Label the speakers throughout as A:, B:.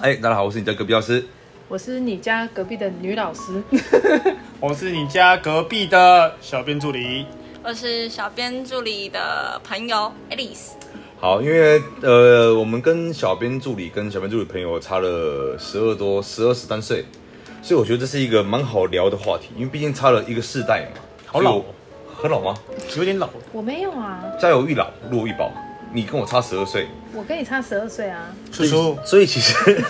A: 哎，大家好，我是你的隔壁老师。
B: 我是你家隔壁的女老师，
C: 我是你家隔壁的小编助理，
D: 我是小编助理的朋友 Alice，
A: 好，因为呃，我们跟小编助理跟小编助理朋友差了十二多、十二十三岁，所以我觉得这是一个蛮好聊的话题，因为毕竟差了一个世代嘛。
C: 好老
A: 所以
C: 哦
A: 我很老吗？
C: 有点老，
B: 我没有啊，
A: 家有一老，如有一宝。你跟我差十二岁，
B: 我跟你差十二岁啊，
C: 叔叔
A: 所以其实，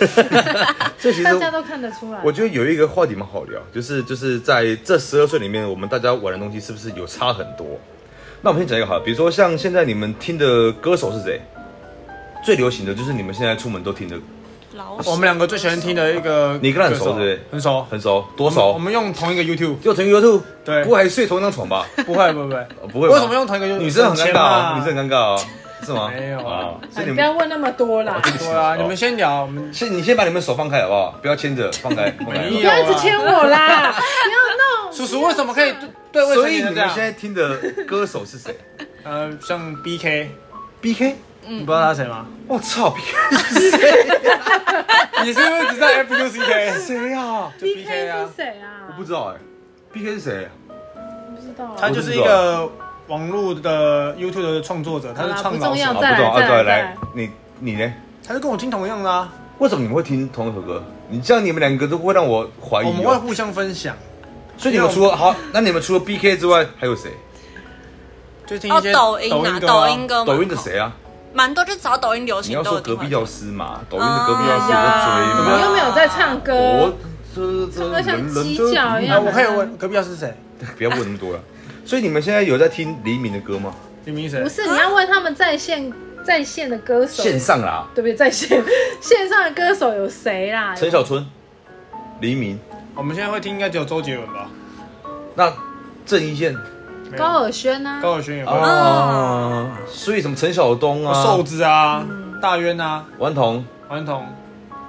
A: 所以其实
B: 大家都看得出来。
A: 我觉得有一个话题蛮好聊，就是就是在这十二岁里面，我们大家玩的东西是不是有差很多？那我们先讲一个好了，比如说像现在你们听的歌手是谁？最流行的就是你们现在出门都听的，
D: 老师
C: 我们两个最喜欢听的一个歌手，
A: 你跟他很熟对不对
C: 很熟，
A: 很熟，多
C: 我们
A: 熟
C: 我？们用同一个 YouTube，
A: 又同一个 YouTube，
C: 对
A: 不会还睡同一张床吧？
C: 不会 不会不会，
A: 哦不会吧，
C: 为什么用同一个 YouTube？
A: 女生很尴尬啊，女
C: 很
A: 生很尴尬啊，是吗？
C: 没有
A: 啊
C: 啊，
A: 所以
B: 啊你
A: 你
B: 不要
A: 们
B: 问那么多啦，
C: 对啊，你们先聊，我们
A: 先哦你先把你们手放开好不好？不要牵着，放开，放开。
C: 没
B: 不
C: 有
B: 要一直牵我 啦，不要弄。
C: 叔叔为什么可以对未
A: 所
C: 成
A: 以
C: 年
A: 你们
C: 人这
A: 现在
C: 样？
A: 听的歌手是谁
C: 呃，像 BK，
A: ？BK，
B: 嗯
C: 你不知道他谁吗？
A: 我操，BK
C: 你是不是只在 FUCK？
A: 谁呀？
C: 就
B: B K
C: BK 啊
B: 是，谁啊？
A: 我不知道哎，BK 是谁？
B: 我不知道啊。
C: 他就是一个网络的 YouTube 的创作者，他是
B: 好啦
C: 唱
B: 不
C: 老
B: 重
C: 师
B: 要
A: 啊，不
B: 再来
A: 懂啊，
B: 再来
A: 对，
B: 再来
A: 来，你你呢？
C: 他就跟我听同样的啊，
A: 为什么你们会听同一首歌？你这样你们两个都会让我怀疑、
C: 我们会
A: 哦。
C: 互相分享，
A: 所以你们除了好，那你们除了 BK 之外还有谁？
C: 就听一
D: 哦
C: 些
D: 抖音啊，
C: 歌啊
D: 抖音歌，哦
A: 抖音的？谁啊？
D: 蛮多，就找抖音流
A: 你
D: 行
A: 要
D: 都
A: 说
D: 有
A: 隔
D: 听
A: 壁
D: 完。
A: 教师嘛，抖音的隔壁教师我
D: 哎
A: 追
D: 呀
C: 怎么
B: 你
C: 样
A: 嘛。
B: 又没有在唱歌
A: 我，这这
B: 歌像
A: 人人
B: 鸡
A: 都
B: 叫一
C: 啊，
B: 样
C: 我可以问隔壁要是谁？
A: 不要问那么多了。所以你们现在有在听黎明的歌吗？
C: 你明谁
B: 不？是你要问他们在线在线的歌手，
A: 线上啦，
B: 对不对？在线 线上的歌手有谁啦？
A: 陈小春、黎明，
C: 我们现在会听应该只有周杰伦吧？
D: 嗯
A: 那郑伊健
C: 没有
B: 高尔宣啊，
C: 高尔宣也会，
A: 啊，所以什么陈晓东啊、
C: 瘦子啊，大渊啊，
A: 顽童，
C: 顽童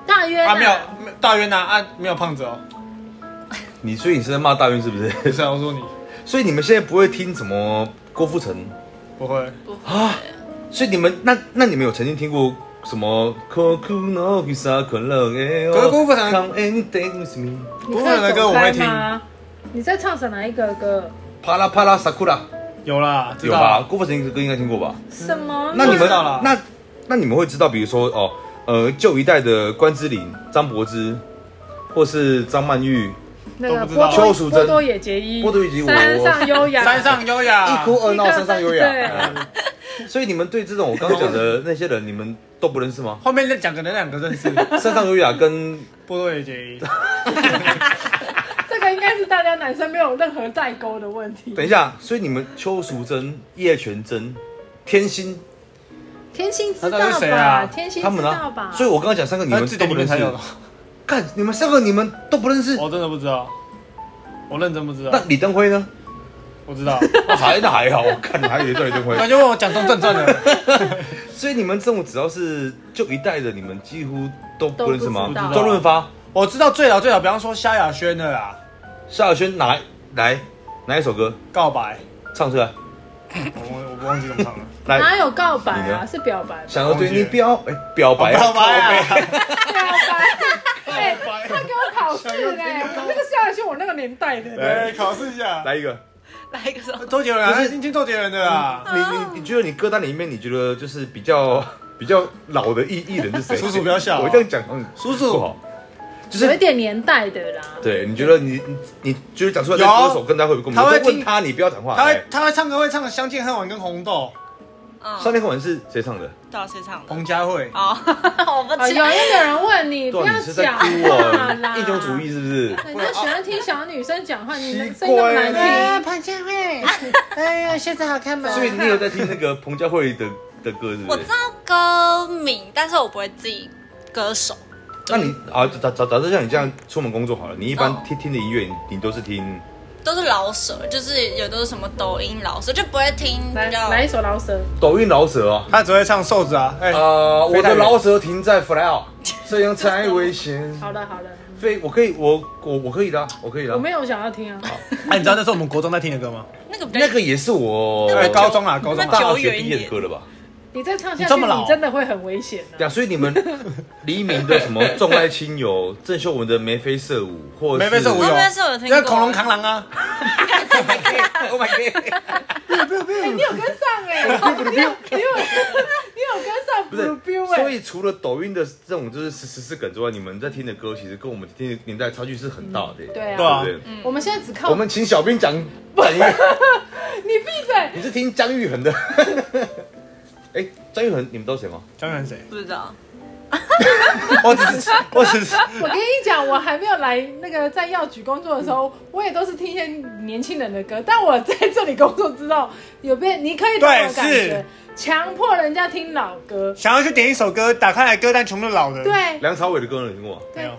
B: 大约
C: 啊，
B: 啊
C: 没有没有大渊啊啊，没有胖子哦，
A: 你所以你是在骂大运是不是？
C: 不是啊，我说你
A: 所以你们现在不会听什么郭富城，
C: 不会，
A: 所以你们那那你们有曾经听过什么？可可诺比萨可乐哎哟
C: 可是郭富城
A: Come and dance with me，
B: 你可
C: 郭富城
B: 以
C: 的歌
B: 走
C: 我
B: 开
C: 会听
B: 吗？你在唱什哪一个歌？
A: 啪啦啪啦萨库拉，
C: 有啦，知
A: 有
C: 道
A: 吧？
C: 啦，
A: 郭富城的歌应该听过吧？
B: 什么？
A: 那你
C: 知
A: 们
C: 道啦
A: 那那你们会知道，比如说哦，呃，旧一代的关之琳、张柏芝，或是张曼玉，
B: 那个
C: 都不知道
B: 波多
A: 邱淑贞
B: 波多野结衣，
A: 波多野结衣
B: 山上优雅，
C: 山上优雅
A: 一，哭二
B: 一个
A: 闹三上优雅。
B: 对
A: 嗯所以你们对这种我刚刚讲的那些人，你们都不认识吗？
C: 后面那讲可能两个认识，
A: 山上优雅跟
C: 波多野结衣，
B: 这个应该是大家男生没有任何代沟的问题。
A: 等一下，所以你们邱淑贞、叶全真、天心
B: 天心知道
C: 那到底是谁
B: 吧？
C: 啊
B: 天心
A: 他们
B: 知道
A: 呢
B: 吧？？
A: 所以我刚刚讲三个 你
C: 他
A: 们
C: 字
A: 都
C: 典
A: 不
C: 呃
A: 认
C: 里面才
A: 识
C: 有，的，
A: 干你们三个你们都不认识，
C: 我真的不知道，我认真不知道
A: 那，李登辉呢？
C: 我知道，
A: 那哦还那还好，我 看你还以为叫李登辉
C: 感觉问我讲东正传 的，
A: 所以你们这种只要是就一代的，你们几乎都不
B: 都不
A: 认识吗
B: 知道？
A: 周润发、
C: 我知道最老最老，比方说萧亚轩的啦，
A: 萧亚轩哪来哪一首歌
C: 告白，
A: 唱出来？
C: 我忘我不忘记怎么唱了。
B: 哪
A: 来，
B: 有告白
A: 你呢
B: 啊？是表白吧，
A: 想要对
C: 忘记
A: 你
C: 了
A: 表哎表白
C: 告啊白啊！
B: 表白。哎，他给我考试嘞，
C: 啊
B: 那个下一是我那个年代的。
C: 哎，考试一下。
A: 来一个，
D: 来一个什么？
C: 周杰伦
A: 就
C: 啊，
A: 是
C: 已经听周杰伦的啦。
A: 你你你觉得你歌单里面，你觉得就是比较比较老的艺艺人是谁？
C: 叔叔不要笑啊
A: 我这样讲，嗯，
C: 叔
A: 不
C: 叔
A: 好，就
B: 有一
A: 是
B: 点年代的啦，
A: 对，你觉得你你你觉得讲出来这
C: 有
A: 歌手跟他会不会共鸣？
C: 他会
A: 我就问
C: 听
A: 他，你不要讲话。
C: 他
A: 哎
C: 会他会唱歌，会唱《相见恨晚》跟《红豆
D: 嗯，
A: 少年狂人是谁唱的？
D: 到谁唱》，的？
C: 彭佳慧。
D: 哦， 我不
B: 啊，
D: 知
B: 有
D: 道。
B: 一个人问你，
A: 对
B: 不
A: 啊，
B: 要
A: 你是在
B: 讲
A: 哭
B: 话
A: 哦，，
B: 啦
A: 英雄主义是不 是？
B: 人家喜欢听小女生讲话，你那个声
A: 奇
B: 音那
A: 怪
B: 么难听，
C: 哎彭佳 慧，哎呀，现在好看吗
A: 所以你有在听那个彭佳慧的的歌是不
D: 我
A: 是
D: 知？道歌名，但是我不会记歌手。
A: 那你啊，早早早就像你这样出门工作好了，你一般
D: 哦
A: 听听的音乐，你你都是听
D: 都是老舍，就是有都是什么抖音老舍，就不会听
B: 来
D: 比较
B: 来一首饶舌，
A: 抖音老舍啊。
C: 他只会唱瘦子啊。哎，
A: 呃，我
C: 飞太
A: 的
C: 远
A: 老舍停在 f l y 这样才危险。
B: 好了好了，
A: 飞，我可以，我我我可以的啊，我可以的
B: 我
A: 啊。
B: 没有想要听啊，
C: 哎，你知道那是我们国中在听的歌吗？
D: 那个比较
A: 那个也是我
C: 哎，高中啊，高中
D: 那
C: 啊。
D: 就
A: 大学毕业的歌了吧？
B: 你再唱下
C: 你
B: 去，
C: 这么老
B: 你真的会很危险的、
A: 对啊，所以你们黎明的什么《重爱亲友》，郑秀文的《眉飞色舞》，或者
C: 眉
A: 是
C: 飞色舞有，
D: 眉飞色舞有听过
C: 那恐龙扛狼啊，Oh my god！
B: 哎 你有跟上哎、你有你有你有
A: 不
B: 跟上 blue
A: 是
B: bill，哎、
A: 所以除了抖音的这种就是十十四梗之外，你们在听的歌其实跟我们听的年代差距是很
C: 嗯
A: 大的、
B: 对啊
A: 对不对？
B: 我们现在只靠
A: 我们请小兵讲讲一 个，
B: 你闭嘴，
A: 你是听姜育恒的？ 哎，姜育恒，你们知道谁吗？哦
C: 张远谁？
D: 不知道，
C: 我只是我只是
B: 我跟你讲，我还没有来那个在药局工作的时候，我也都是听一些年轻人的歌。但我在这里工作之后，有变，你可以懂
C: 对
B: 我感觉
C: 是，
B: 强迫人家听老歌。
C: 想要去点一首歌，打开来歌单全部都老的。，
B: 对，
A: 梁朝伟的歌你有听过吗？
C: 没有。
B: 嗯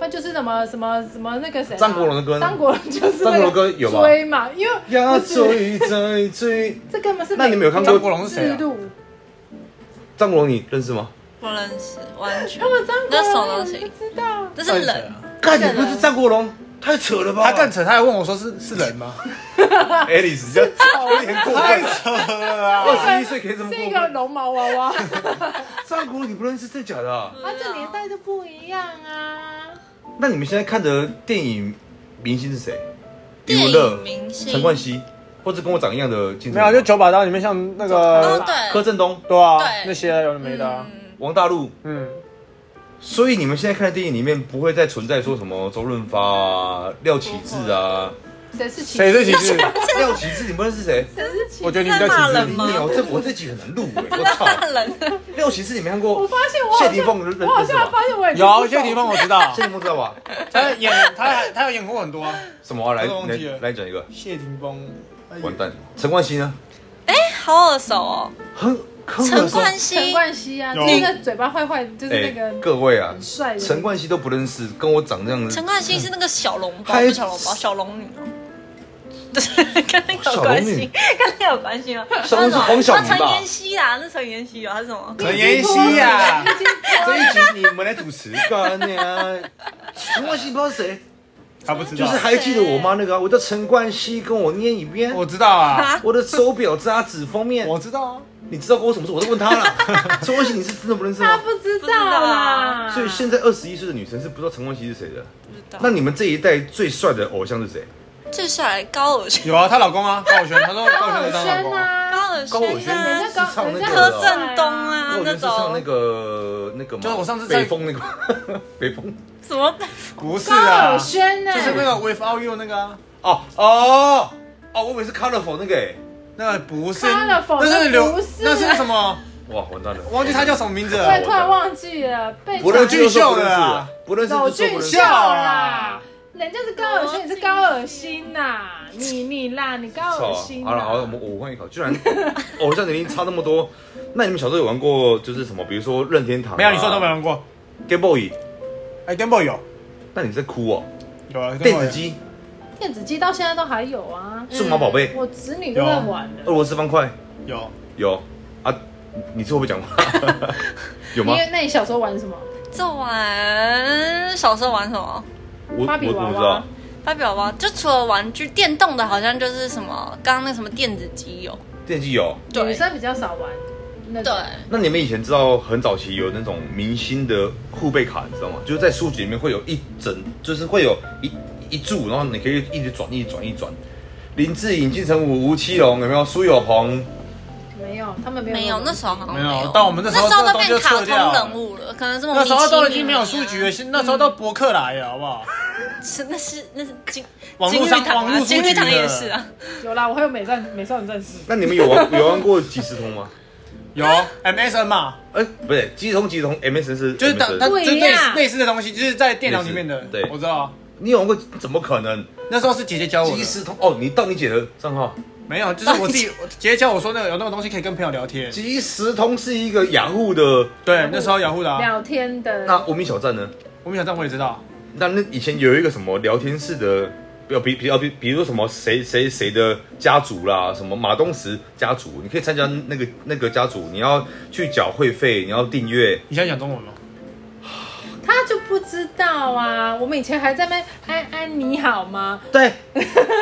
B: 那就是什么什么什么那个谁啊、
A: 张国荣的歌呢
B: 张国荣就是
A: 张国荣
B: 那个
A: 歌有吗
B: 追嘛，因为
A: 要
B: 不是
A: 追追追，
B: 这根本是
A: 那你们有看过
C: 张国荣是谁
B: 自
C: 啊？
B: 录？
A: 张国荣你认识吗？
D: 不认识，完全
B: 那我哦张国
D: 那什么
B: 荣你
D: 东西
B: 不知道，
D: 这
C: 张
D: 是
C: 远谁
D: 人
C: 啊。
A: 干，你不是张国荣？太扯了吧！
C: 他更扯，他还问我说是是人吗？
A: Alice 哎这有点过
C: 太
A: 分。
C: 扯了啊！
A: 二十一岁可以哎这么
B: 是一
A: 过
B: 个
A: 分？
B: 绒毛娃 娃，
A: 张国荣你不认识真假的啊？
B: 啊，这年代就不一样啊。
A: 那你们现在看的电影明星是谁？
D: 电
A: 余
D: 影明星
A: 陈冠希，或者跟我长一样的竞
C: 没
A: 争
C: 有，
A: 者
C: 就九把刀里面像那
D: 哦
C: 个，
D: 对，
A: 柯震东、
C: 对啊
D: 对，
C: 那些有的没的啊。
D: 嗯
A: 王大陆。
C: 嗯，
A: 所以你们现在看的电影里面不会再存在说什么周润发啊、廖启智啊。
B: 谁是谁
C: 谁是歧视？
A: 廖启智你不认识谁？
B: 是奇
C: 我觉得你比较
D: 在骂
C: 歧
D: 人
C: 视
A: 你
D: 吗
A: 鸟，这我这集很难录哎！我操，
D: 大人，
A: 廖启智你没看
B: 我
A: 过？
B: 发现我好像
A: 谢霆锋认
B: 我好像发现我也
C: 有啊谢霆锋，我知 道
A: 谢，霆锋知道吧？
C: 他 演他他有演过很多啊。
A: 什么啊？来
C: 我都忘记
A: 来
C: 了
A: 来讲一个，
C: 谢霆锋，
A: 完蛋。陈冠希呢？
D: 好耳熟哦，
A: 很很
D: 陈冠希，
B: 陈冠希啊，就
C: 有
B: 是那嘴巴坏坏，就是那
A: 哎
B: 个，
A: 各位啊，
B: 帅的
A: 陈冠希都不认识，跟我长这样子，
D: 陈冠希是那个小笼包，
A: 嗨
D: 不是小笼包，小龙女哦。对， 跟那个有关系，跟那个有关系吗？
A: 小龙女是黄晓明吧
D: 他陈妍希啊，那陈妍希有他是什么？
C: 陈妍希呀，
A: 这一集你们来主持，干你啊！陈冠希不知道是谁，
C: 他不知
A: 就
C: 道啊
A: 是，还记得我妈那个啊，我叫陈冠希，跟我念一遍。
C: 我知道啊，
A: 我的手表扎纸封面，
C: 我知道啊。
A: 你知道关我什么事？我在问他了。陈冠希，你是真的不认识
B: 他
A: 吗？
B: 不知道
D: 不
B: 啦。
A: 所以现在二十一岁的女生是不知道陈冠希是谁的。
D: 不知道
A: 那你们这一代最帅的偶像是谁？
D: 最帅高尔轩，
C: 有啊，她老公啊，高晓轩，她说
B: 高
C: 高晓
B: 尔
C: 轩当老
B: 轩
C: 公啊。
B: 啊，
D: 高尔
A: 高尔
D: 轩
A: 宣
D: 啊，
B: 人家高
A: 是唱那
B: 人
A: 个
B: 家
D: 柯
B: 很帅
D: 震东，啊
A: 我
D: 那
A: 就是上那
D: 种，
A: 个那个嘛，
C: 就是我上次在
A: 北风那个 北风
D: 什么
C: 不是
B: 高
C: 啊，
B: 尔
C: 就
B: 轩呢？
C: 是那个 Without You 那个啊，
A: 哦哦哦，我以为是 colorful 那个哎，
C: 那个不是，
B: Colourful，
C: 那是
B: 那
C: 刘
B: 不是，
C: 那是什么？
A: 哇，完蛋了，
C: 忘记他叫什么名字
B: 对，
C: 了。
B: 突然忘记了，被
A: 不认
C: 俊
A: 识就说不认识
C: 秀的啊
A: 不认识
B: 走
A: 就说
B: 俊
A: 不认识。
B: 秀啦。人家是高尔轩，你是高尔欣呐，你你啦，你高
A: 操
B: 尔欣
A: 好了好了，我
B: 啦
A: 们。我换一考，居然 偶像年龄差那么多，那你们小时候有玩过就是什么？比如说任天堂啊、
C: 没有，你说都没玩过。
A: Game Boy，
C: 哎，Game Boy 有，
A: 那你在哭哦？
C: 有啊，Game Boy
A: 电子机、
B: 电子鸡到现在都还有啊，
A: 数码宝贝、
D: 嗯
B: 我侄女都在玩
A: 俄
B: 了。
A: 罗斯方块
C: 有。
A: 有啊？你是会不会讲 话？有
B: 因
A: 吗？
B: 为那你小时候玩什么？
D: 这玩小时候玩什么？
A: 我我
B: 芭比
A: 我
B: 娃娃
A: 不知道。
D: 芭比娃娃，就除了玩具，电动的好像就是什么，刚刚那个什么电子机哦有，
A: 电机有，
B: 女
D: 对
B: 生比较少玩。那
D: 对
B: 种。，
A: 那你们以前知道很早期有那种明星的护贝卡，你知道吗？就是在书籍里面会有一整，就是会有一一注，然后你可以一直转，一直转，一直转。林志颖、金城武、吴奇隆有没有？苏有朋，
B: 没有，他们没有。
D: 没有，那时候好像
C: 没
D: 有
C: 有。到我们那时候
D: 那时
C: 这
D: 候都
C: 东西
D: 变
C: 就
D: 卡
C: 撤
D: 通
C: 掉了
D: 人物了，可能什么
C: 那时
D: 米
C: 候
D: 奇
C: 都已经没有
D: 米
C: 数据
D: 啊
C: 了，那时候都博客来了，好不好？
A: 嗯
D: 是那是那是金
C: 网
D: 金
C: 络
D: 玉
C: 上
D: 堂
C: 网
D: 啊，
C: 络数
D: 金
C: 据
D: 玉堂
C: 的
D: 也是啊，
B: 有啦，我还有美战美少女战士。
A: 那你们有玩有玩过即时通吗？
C: 有 MSN 嘛，
A: 哎、不对，即时通即时通 MSN 是
C: 就是当
A: MSN
C: 它就
B: 不一
C: 类
B: 样
C: 似类似的东西，就是在电脑里面的
A: 类似。对
C: 我知道啊。
A: 你有玩过？怎么可能？
C: 那时候是姐姐教我
A: 即
C: 的，
A: 时通哦，你盗你姐的账号？
C: 没有，就是我 自己，我姐姐教我说那个有那个东西可以跟朋友聊天。
A: 即时通是一个雅虎的，
C: 对，那时候雅虎的啊，
B: 聊天的。
A: 那无名小站呢？
C: 我没想到我也知道。
A: 那那以前有一个什么聊天室的，比比比比，比如说什么谁谁谁的家族啦，什么马东石家族，你可以参加那个那个家族，你要去缴会费，你要订阅。
C: 你现在讲中文吗？
B: 他就不知道啊，我们以前还在那边安安你好吗？
A: 对，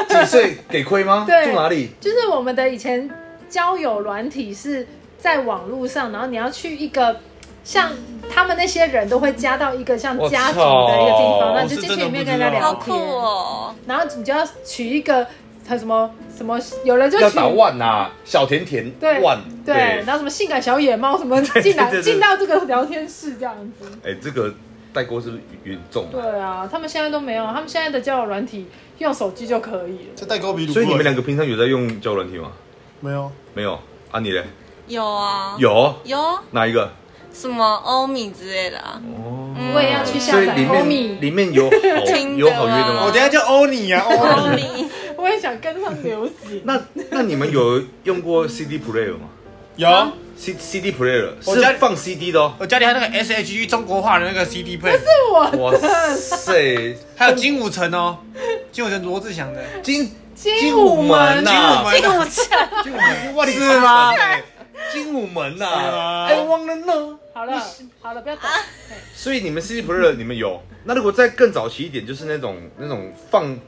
A: 几岁给亏吗？
B: 对
A: 住哪里？
B: 就是我们的以前交友软体是。在网络上，然后你要去一个像他们那些人都会加到一个像
A: 我
B: 家族的一个地
A: 操
B: 方，那你
A: 是
B: 就进
A: 真
B: 去
A: 的
B: 里面
A: 不
B: 跟人
A: 知道
B: 家聊
D: 好
B: 天，
D: 酷哦！
B: 然后你就要取一个他什么什么，有人就
A: 要
B: 取
A: 打万呐，小甜甜
B: 对
A: 万
B: 对，然后什么性感小野猫什么进来
A: 对对对
B: 进到这个聊天室这样子。
A: 哎，这个代沟是不是有点重
B: 对
A: 啊？
B: 啊，他们现在都没有，他们现在的交友软体用手机就可以了。
C: 这代沟比鲁
A: 所以你们两
C: 个
A: 个平常有在用交友软体吗？
C: 没有？
A: 没有啊，你嘞？
D: 有啊，
A: 有
D: 有
A: 哪一个？
D: 什么欧米之类的啊？
A: 哦，
B: 我也要去
A: 所
B: 下
A: 以
B: 载
A: 里
B: 欧米
A: 面，里面有好
D: Tinder
A: 有好约的
D: 啊
A: 吗
C: 哦我等？一下就欧 你啊，欧
D: 欧
C: 你。
D: 米
B: 我也想跟上流行。
A: 那那你们有用过 CD player 吗
C: 有，
A: ？C CD player
C: 我家
A: 是放 CD 的哦。
C: 我家里还有那个 S H E 中国化的那个 C D play，
B: 是我
A: 哇塞，
C: 还有金武城哦，金武城罗志祥的。
A: 金啊
B: 精武门
A: 呐、
C: 金武门
D: 这个我知道，
A: 金武门，哇，你
C: 是吗
A: 超神欸？精武门呐、
C: 是吗
A: i wanna know。
B: 好了，好了，不要打。
A: 所以你们 CD player 你们有？那如果再更早期一点，就是那种那种放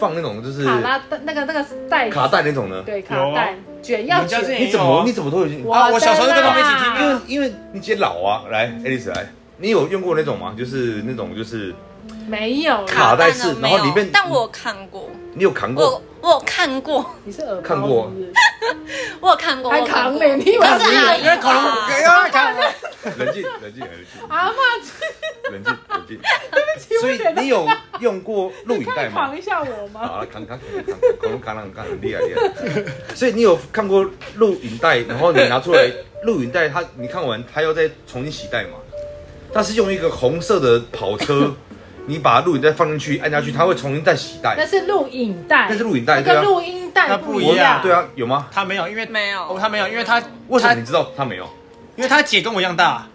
A: 放那种就是
B: 卡拉那个那个带子
A: 卡，带那种呢？
B: 对卡
C: 有啊
B: 带卷要
C: 你家这
B: 卷。
A: 你怎
C: 有啊
A: 么你怎么都有经？
C: 啊我小时候就跟他们一起听
A: 因为
B: 听，
A: 因为你姐老啊，来，Alice 来，你有用过那种吗？就是那种就是
B: 没有啦，
A: 卡带式
D: 蛋的没
A: 然
D: 有
A: 后里面
D: 但我有看过，
A: 你有扛
D: 我有
A: 过？
D: 我有看过，
B: 你是耳包
A: 看过
B: 是不是
D: 我有看过，
B: 还
D: 我有看
B: 扛
D: 过
B: 嘞，你以为
D: 可是阿
B: 是
D: 姨
C: 跟恐龙，
D: 吧
C: 哎呀，看
A: 冷静，冷静，冷静，
B: 阿妈
A: 冷静，冷静。
B: 起
A: 所以你有用过录影带
B: 看
A: 吗
B: 扛？一下我吗？
A: 啊，扛扛扛扛，恐龙扛扛扛，很厉害厉害。所以你有看过录影带，然后你拿出来录影带，它你看完它要再重新洗带嘛？它是用一个红色的跑车，你把录影带放进去，按下去，它会重新再洗带
B: 那。是录影带，
A: 那是录影带
B: 那
A: 对啊
B: 跟录音带
C: 那
B: 不
C: 不
B: 一
C: 一
B: 样。
C: 样
A: 对啊，有吗？
C: 他没有，因为
D: 没有
C: 哦，他没有，因为他
A: 为什么
C: 他
A: 你知道它没有？
C: 因为他姐跟我一样大，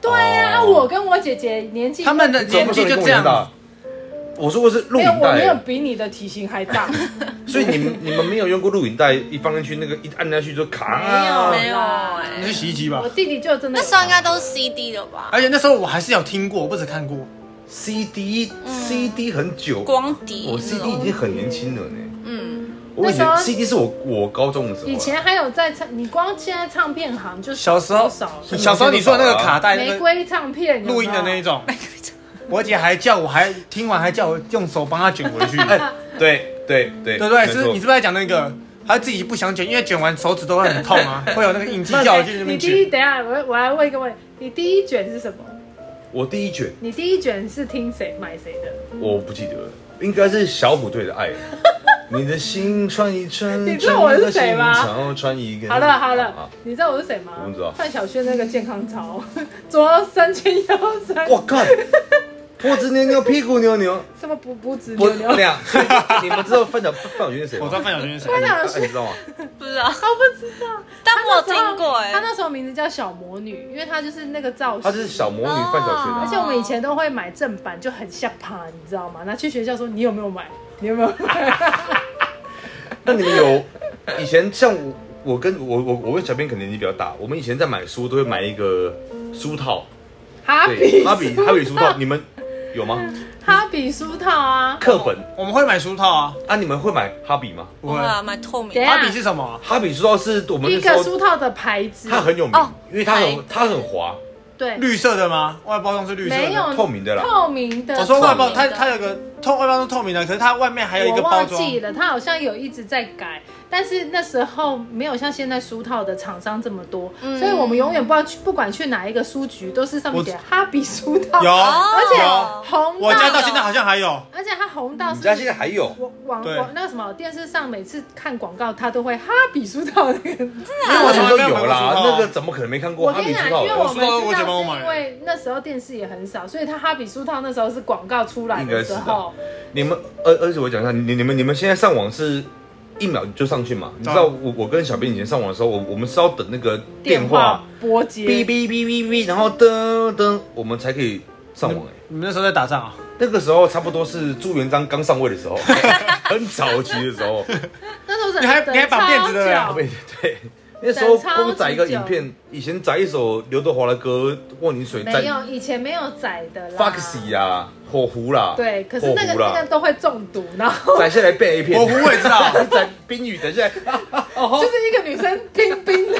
B: 对啊，
A: 哦
B: 我跟我姐姐年纪
C: 他们的
A: 怎
C: 年
A: 么说
C: 纪
A: 你
C: 就
A: 跟我一
C: 这
A: 样
C: 样。
A: 大？我说的是录
B: 没有，
A: 影
B: 我没有
A: 带，
B: 比你的体型还 大，
A: 所以你们你们没有用过录影带，一放进去那个一按下去就卡。
D: 啊没有
B: 啦
C: 你
D: 哎，
C: 是洗衣机吧
B: 我？弟弟就真的
D: 那时候应该都是 CD 的吧？
C: 而且那时候我还是有听过，我不止看过。
A: CD
B: 嗯
A: CD 很久，
D: 光碟
A: 我
D: 那
A: CD
D: 种
A: 已经很年轻了呢。
D: 嗯，
A: 我以
B: 哦那时候
A: 前 CD 是我我高中的时候啊，
B: 以前还有在唱，你光现在唱片行就
C: 小时候
B: 少了
C: 小时候你说的那个卡带那
B: 玫
C: 个
B: 瑰唱片有没有
C: 录音的那一种，我姐还叫我还听完还叫我用手帮她卷回 去，对
A: 哎，对对对，
C: 不
A: 没
C: 对？是
A: 错
C: 你是不是在讲那个？她自己不想卷，因为卷完手指都会很痛 啊，会有那个印记叫我去那
B: 你
C: 边
B: 第一，
C: 卷。
B: 等一下我我来问一个问题，你第一卷是什么？
A: 我第一卷
B: 你第一卷是听谁买谁的？
C: 嗯
A: 我不记得了，应该是小虎队的 爱。你的心穿一串，
B: 你知道我是谁吗
A: 穿一个心然后穿一根。
B: 好了好了
A: 啊，，
B: 你知道我是谁吗？
A: 我不知道
B: 范晓萱那个健康操， 左三圈右三，
A: 我 靠，啊脖子扭扭，屁股扭扭，
B: 什么补补脂
A: 不
B: 扭
A: 那
B: 扭，
A: 样。所以你们知道范晓范晓萱是谁
C: 我
A: 吗
C: 知？道范晓萱是谁
A: 哎，你
B: 晓
A: 哎你知道吗？
D: 不知道，
B: 他不知道。
D: 但我有
B: 那时候
D: 听过哎
B: 她，那时候名字叫小魔女，因为她就是那个造型。
A: 她就是小魔女范晓萱
B: 而
A: 啊
B: 且。我们以前都会买正版，就很吓趴，你知道吗？拿去学校说你有没有买？你有没有 买？
A: 那你们有以前像我，我跟我我我跟小编可能年纪比较大，我们以前在买书都会买一个书套，
B: 哈
A: 对，
B: 比
A: 哈比哈比书套，你们有吗？
B: 哈比书套啊，
A: 课本
C: 我们会买书套啊，
A: 啊，你们会买哈比吗？
C: 我
D: 哇，买透明
B: 等一下
C: 芭比是什么啊？
A: 哈比书套是我们
B: 一
A: 那
B: 个
A: 时候
B: 书套的牌子，
A: 它很有名
D: 哦，
A: 因为它
D: 牌
A: 很它很滑，
B: 对，
C: 绿色的吗？外包装是绿色的。
B: 没有
A: 透明的啦。
B: 透明的。
C: 我说外包，
D: 透明
C: 它
D: 的
C: 它有个透外包装透明的，可是它外面还有一
B: 我
C: 个包
B: 忘
C: 装。
B: 记了，它好像有一直在改，但是那时候没有像现在书套的厂商这么多，
D: 嗯
B: 所以我们永远不知道去，不管去哪一个书局，都是上面
C: 我
B: 写哈比书套，
C: 有，
D: 哦
B: 而且
C: 有
B: 红
C: 我家
B: 到
C: 到现在好像还有。
B: 而且它红到
A: 你
B: 是
A: 家现在还有？
B: 我网
C: 对
B: 网那个什么电视上每次看广告，它都会哈比书套那个。
A: 因为我什么都有
C: 我
A: 啦
C: 从来，没有买过书套
A: 那个怎么可能没看过
B: 我
A: 哈
B: 跟
A: 比
B: 你
A: 书
B: 讲，
A: 套
B: 因为？我
C: 我
B: 们
C: 知道我
B: 知
C: 姐帮
B: 道
C: 我
B: 是
C: 买
B: 因为那时候电视也很少，所以它哈比书套那时候是广告出来
A: 应该
B: 的
A: 是
B: 时
A: 的
B: 候，
A: 你们，而而且我讲一下，你你们你们现在上网是一秒就上去嘛？你知道我我跟小编以前上网的时候，我我们是要等那个电话
B: 拨接。
A: 哔哔哔哔哔，然后噔噔，我们才可以上网哎。
C: 你们那时候在打仗啊？
A: 那个时候差不多是朱元璋刚上位的 时候，很早期的时 候。
B: 那时候是
C: 你还
B: 等
C: 你还绑
B: 超
C: 辫子的
B: 久
A: 对对，那时候光载一个影片，以前载一首刘德华的歌《忘年水》，载
B: 没有，以前没有载的啦。
A: Foxy 呀、火狐啦，
B: 对，可是
A: 火
B: 那个
A: 狐
B: 那个
A: 啦，
B: 都会中毒，然后
A: 载下来变 A 片，
C: 我胡 我也知道，
A: 载冰雨，等下来，
B: 就是一个女生冰冰的，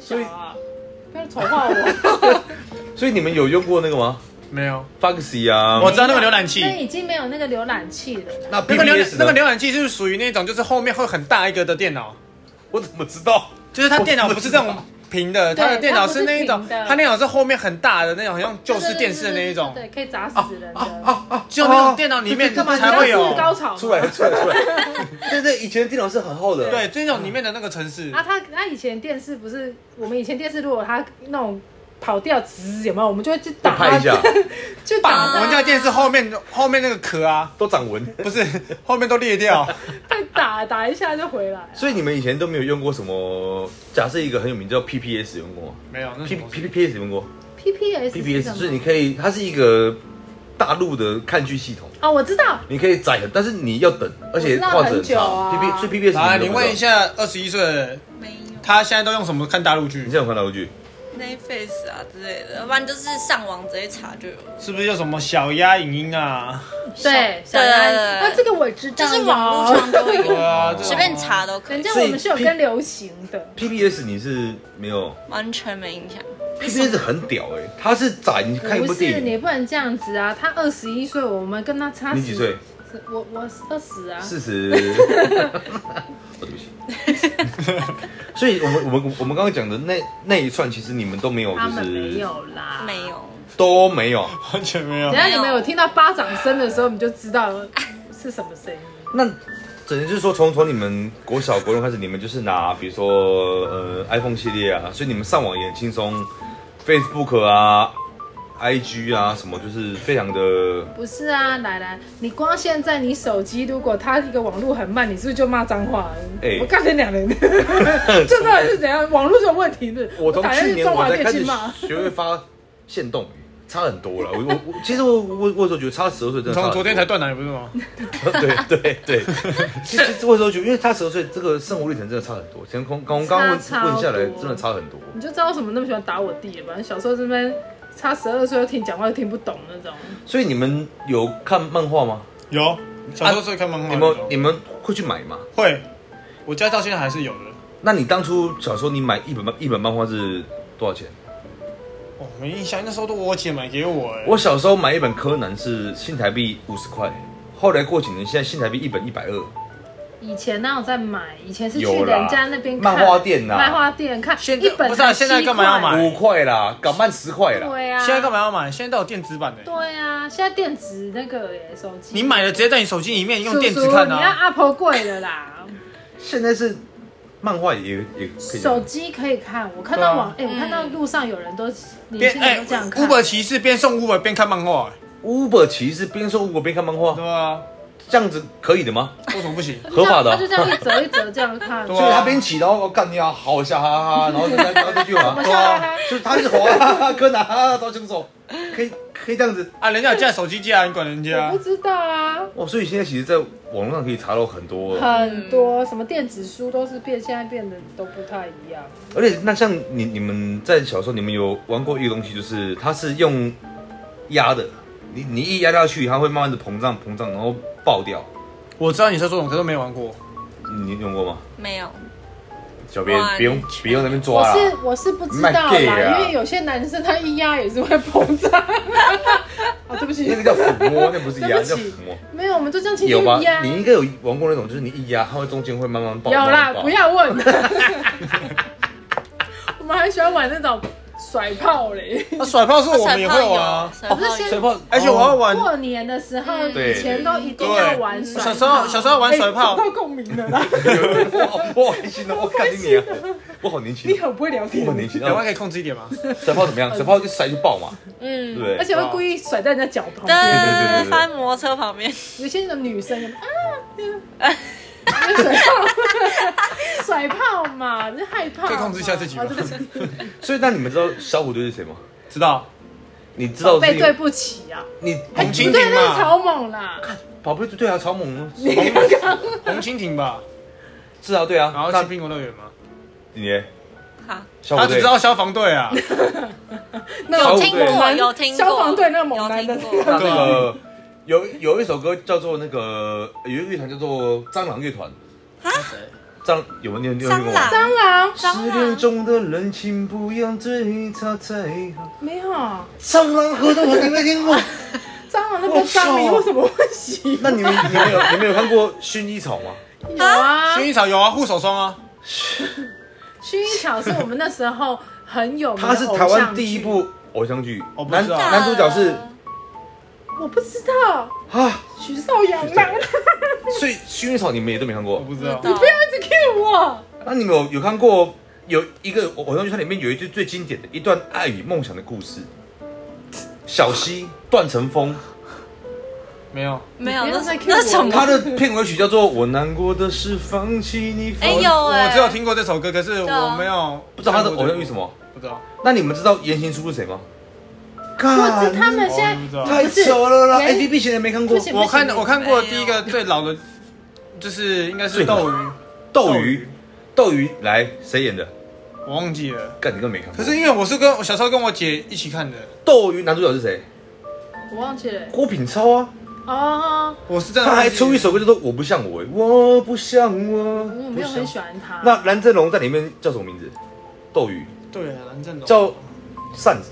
D: 小啊，
B: 不要丑化我。
A: 所以你们有用过那个吗
C: 没有，
A: ？Foxy 啊，
C: 我知道那个浏览器
B: 那，已经没有那个浏览器了啦。
A: 那
C: 那个浏
A: PPS
C: 那个
A: 呢
C: 浏览器是属于那种就是后面会很大一个的电脑，
A: 我怎么知道？
C: 就是它电脑不是这种平的，
B: 对
C: 它的电脑是那一
B: 它
C: 种
B: 不是平的，
C: 它电脑是后面很大的那种，好像旧式电视的那一种，
B: 对，对对对对可以砸死人的。
A: 啊啊！
C: 只有那种电脑里面
A: 干嘛
C: 才会
B: 你知道
C: 有
B: 是，高潮吗
A: 哦出来出来出来！ 对对，以前的电脑是很厚的。
C: 对，，这种里面的那个城市
B: 啊，，他他以前电视不是我们以前电视，如果他那种跑掉直有没有，我们就会去打
A: 拍一下，
B: 去
C: 棒，
B: 打
C: 我们家电视后面后面那个壳啊，
A: 都掌纹。
C: 不是后面都裂掉，
B: 被打打一下就回来。
A: 所以你们以前都没有用过什么？假设一个很有名叫 PPS 用过吗
C: 没有，那
A: ？P
C: 是什么
A: P P P S 用过
B: PPS 嗯是什
A: ？PPS
B: 么
A: 就是你可以，它是一个大陆的看剧系统，
B: 哦，我知道，
A: 你可以载很，但是你要等，而且画质
B: 我知道很久
A: 长。
B: 啊
A: P P 所以 P P S
C: 来，你问一，下二十一岁的
D: 没有
C: 他现在都用什么看大陆
A: 你
C: 剧？
A: 这样看道具？
D: Netflix 啊之类的，要不然就是上网直接查就有，
C: 是不是有什么小鸭影音啊？
B: 对，小
D: 对对
B: 鸭啊
D: 对对
B: 那这个我知道
D: 就
B: 哟，
D: 是网络上都会
C: 对
D: 有，
C: 啊，这种
D: 随便查都可
B: 人
D: 以
B: 家，
A: 所以
B: 我们是有跟流行的，
A: P P S 你是没有
D: 完全没影响。
A: ，P P S 很屌哎，它是载你看一部
B: 不是
A: 电
B: 你
A: 影，
B: 不能这样子啊！他二十一岁，我们跟他差
A: 你几
B: 10
A: 岁？
B: 是我我二十啊，
A: 四十，我对不起。 所以我们我们我们刚刚讲的那那一串，其实你们都没有，
B: 他
A: 就
B: 们没
A: 是
B: 有啦，
D: 没。有，
A: 都没有。
C: 完全没有
B: 等一。下你们有听到巴掌声的时候，你就知道是什么声音。
A: 那整就是说，从从你们国小国中开始，你们就是拿比如说呃 iPhone 系列啊，所以你们上网也很轻松，Facebook 啊、IG 啊什么，就是非常的。
B: 不是啊，来来，你光现在你手机如果它一个网络很慢，你是不是就骂脏话？
A: 哎
B: 我告诉你两人，这到底是怎样？网络有问题是不是？
A: 我从
B: 打
A: 去
B: 算去
A: 年
B: 中
A: 我
B: 华
A: 才
B: 电
A: 开
B: 信
A: 始
B: 骂。
A: 学会发现动语，差很多了。我我我，其实我我我有时候觉得差十二岁真的差很多。
C: 从昨天才断奶不是吗？
A: 对对对，其实其实我有时候觉得，因为他十二岁，这个生活历程真的差很多。前空刚刚问问
B: 差超多
A: 下来，真的差很多。
B: 你就知道为什么那么喜欢打我弟了吧？小时候这边差十二岁又听讲话又听不懂那种。
A: 所以你们有看漫画吗？
C: 有，小时候是看漫画
A: 啊你
B: 哦
C: 的时
A: 们
C: 候，
A: 你们会去买吗？
C: 会，我家到现在还是有的。
A: 那你当初小时候你买一本漫一本漫画是多少钱？
C: 我哦没印象，那时候都我姐买给我哎。
A: 我小时候买一本柯南是新台币五十块，后来过几年，现在新台币一本一百二。
B: 以前哪有在买？以前是去
A: 有啦
B: 人家那边看
A: 漫画店呐
B: 漫画店看
C: 现在
B: 一本
C: 不是啊
B: 才七
C: 现在干嘛要买
B: 块
A: 五块啦，港漫十块啦。
B: 哎对啊，
C: 现在干嘛要买？现在都有电子版的。欸
B: 对啊，现在电子那个耶手机，
C: 你买了直接在你手机里面用电子
B: 叔叔
C: 看
B: 你要
C: 啊。
B: 阿婆贵了啦。
A: 现在是漫画也也可以啊
B: 手机可以看，我看
C: 对啊
B: 到网，哎、我看到路上有人都年
C: 边
B: 轻人
C: 哎
B: 都这样看。
C: ，Uber 骑士边送 Uber 边看漫画，哎
A: Uber 骑士边说 Uber 边看漫画，
C: 对啊，
A: 这样子可以的吗？
C: 为什么不行？
B: 他就
A: 合法的啊
B: 他就这样一折一折这样看。
C: 对啊
A: 所以他边骑，然后我干你啊，好一下，哈哈哈，然后就然后就去 玩，
B: 笑哈哈
A: 就是啊他一直滑，哈哈，柯南，哈哈，抓凶手，可以可以这样子。
C: 啊，人家有架手机架，你管人家
B: 我不？知道啊，
A: 哦，所以现在其实，在网络上可以查到很多，
B: 很多什么电子书都是变，现在变得都不太一样。
A: 而且那像你你们在小时候，你们有玩过一个东西，就是它是用压的，你你一压下去，它会慢慢的膨胀膨胀，然后爆掉。
C: 我知道你在说什么，可是都没玩过。
A: 你你用过吗？
D: 没有，
A: 小编
D: 哇
A: 不用
D: 你全
A: 不用那边抓啊
B: 我
A: 啦。
B: 是我是不知道啦，
A: 卖 gay 啊
B: 因为有些男生他一压也是会膨胀。啊，对不起
A: 那，个叫抚摸，那不是压，
B: 对
A: 那
B: 不起
A: 叫抚摸。
B: 没有，我们就这样轻
A: 有
B: 轻
A: 吧？
B: 压。
A: 你应该有玩过那种，就是你一压，它会中间会慢慢爆。
B: 有
A: 慢
B: 啦
A: 慢，爆
B: 不要问。我们还喜欢玩那种甩炮嘞。
C: 那啊甩炮是我
D: 我
C: 们也会玩啊。
D: 甩炮
B: 哦不是先
A: 水泡，
C: 而且我要玩，
B: 过年的时候，
D: 嗯
A: 对
B: 以前都一定要玩哦甩炮。
C: 小时候小时候玩甩炮
B: 哎找，到共鸣了啦！
A: 我好我好开心哦！我看你啊，我好年轻啊
B: 你，很不会聊天
A: 我，很年轻。
C: 两
A: 啊
C: 万可以控制一点吗？
A: 甩炮怎么样？甩炮就甩就爆嘛，对不
D: 嗯，
A: 对？
B: 而且会故意甩在人家脚旁
D: 噔
B: 边。
A: 对对对
D: 放在摩托车旁边，
B: 有些那种女生有没有啊，就是甩炮，甩炮嘛，就是害怕嘛。
C: 可以控制一下自己吗
B: 哦对不起
A: 所以那你们知道小虎队是谁吗？
C: 知道，
A: 你知道
B: 宝贝
A: 是
B: 对不起啊，
A: 你
C: 红蜻
B: 对，
C: 蜓
B: 那是
C: 嘛，
B: 超猛啦。
A: 宝贝对啊，超猛啊
C: 红蜻蜓吧，
A: 是啊，对啊。
C: 然后
A: 那
C: 去苹果乐园嘛。
A: 你呢
D: 好，
A: 小
C: 他
A: 虎
C: 只
A: 队
C: 知，道消防队啊，
B: 那
A: 小
B: 种
A: 虎
D: 有
A: 队
D: 听过，有听过，
B: 消防队那个猛男的
D: 有听过
A: 那个啊有有一首歌叫做那个有一个乐团叫做蟑螂乐团，蟑有没有你有听过
D: 蟑螂
A: 吗？
B: 蟑螂
A: 失恋中的人情不要追他才好。
B: 没有，蟑
C: 蟑螂河东河你没听过？
B: 螂那么脏，
C: 我操
B: 你为什么会洗？
A: 那你们你们有你们有看过薰衣草吗？
B: 有啊，
C: 薰衣草有啊，护手霜啊，
B: 薰衣草是我们那时候很有名的
A: 它是台
B: 偶像
A: 湾
B: 剧
A: 第一，部偶像剧
C: 我，不
A: 男
C: 知道
A: 男主角是
B: 我不知道
A: 啊，
B: 许绍洋啊，
A: 所以薰衣草你们也都没看
C: 我
A: 过。
C: 不知
D: 知道
C: 道。
B: 你不要一直 cue 我，
A: 那你们有有看过有一个偶像剧，它里面有一句最经典的一段爱与梦想的故事，小溪段成风，
C: 没有，
D: 没有，
B: 你不
D: 那
B: 要
D: 是
B: 再
D: 那
B: cue
D: 是
B: 我
D: 什
B: 了
D: 么？
A: 它的片尾曲叫做《我难过的是放弃你》。
D: 哎有哎、
C: 我只有听过这首歌，可是
D: 对啊
C: 我没有
A: 不知道它的偶像剧什，么？
C: 不知道。
A: 那你们知道言行书是谁吗？
B: 不
A: 看
B: 是他们现
C: 我不知
B: 在
C: 道
A: 太丑了啦
B: 不是
A: ！A P P 显然没看过
B: 不。行
C: 我看
B: 没有
C: 我看过第一个最老的，就是应该是
A: 最老
C: 斗鱼，
A: 斗鱼，斗鱼来谁演的？
C: 我忘记了。
A: 干，你根本没看过。
C: 可是因为我是跟我小时候跟我姐一起看的，
A: 斗鱼男主角是谁？
B: 我忘记了
A: 郭品超啊，
B: 哦，
C: 我是真的
A: 他
C: 忘记
A: 还出一首歌叫做《我不像我》，我不像我。
B: 我没有很喜欢他。
A: 那蓝正龙在里面叫什么名字？斗鱼
C: 对啊，蓝正龙
A: 叫扇子，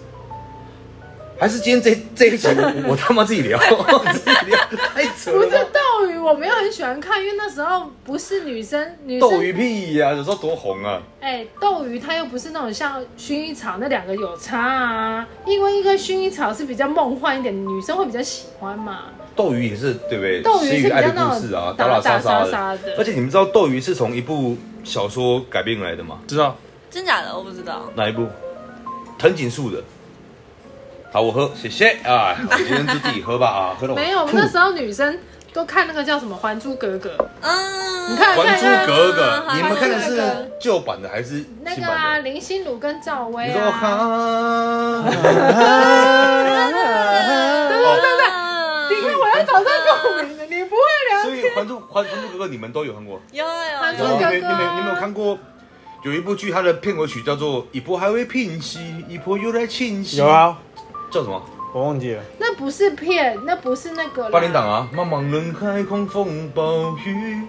A: 还是今天这这一集我 我他妈自己聊，我自己聊太扯
B: 不是
A: 了吧。
B: 斗鱼，我没有很喜欢看，因为那时候不是女生，女生
A: 斗鱼屁呀、有时候多红啊！
B: 哎、斗鱼它又不是那种像薰衣草那两个有差啊，因为一个薰衣草是比较梦幻一点，女生会比较喜欢嘛。
A: 斗鱼也是对不对？
B: 斗鱼是
A: 失
B: 比
A: 于
B: 较
A: 爱的
B: 那
A: 故
B: 种
A: 事啊，
B: 打
A: 打杀
B: 打
A: 的。
B: 杀杀的
A: 而且你们知道斗鱼是从一部小说改编来的吗？
C: 知道
D: 真假的我不知道。
A: 哪一部？藤井树的。好，我喝，谢谢啊！我今天就自己喝 吧啊，喝到我
B: 没有，我们
A: 吐
B: 那时候女生都看那个叫什么《还珠格格》，
D: 嗯，
B: 你看
A: 《还珠格格》，
D: 看
A: 你们看的
B: 还珠
A: 是
B: 格格
A: 旧版的还是新
B: 那
A: 版
B: 个啊，
A: 的？
B: 林心如跟赵薇
A: 你说哦
B: 啊，
A: 哈，
B: 啊
D: 对啊
B: 你看我要找到共鸣的，你不会聊。
A: 哦所以《还珠还珠格格》你们都有看过？
D: 有有
B: 还
A: 你
B: 珠
A: 们
B: 格啊
A: 你
B: 格
A: 们你们你们有看过？有一部剧，它的片尾曲叫做《一波还未平息，一波又来侵袭》。
C: 有，啊，
A: 叫什么？
C: 我忘记了。
B: 那不是骗，那不是那个啦
A: 八零档啊！茫茫人海，狂风暴雨。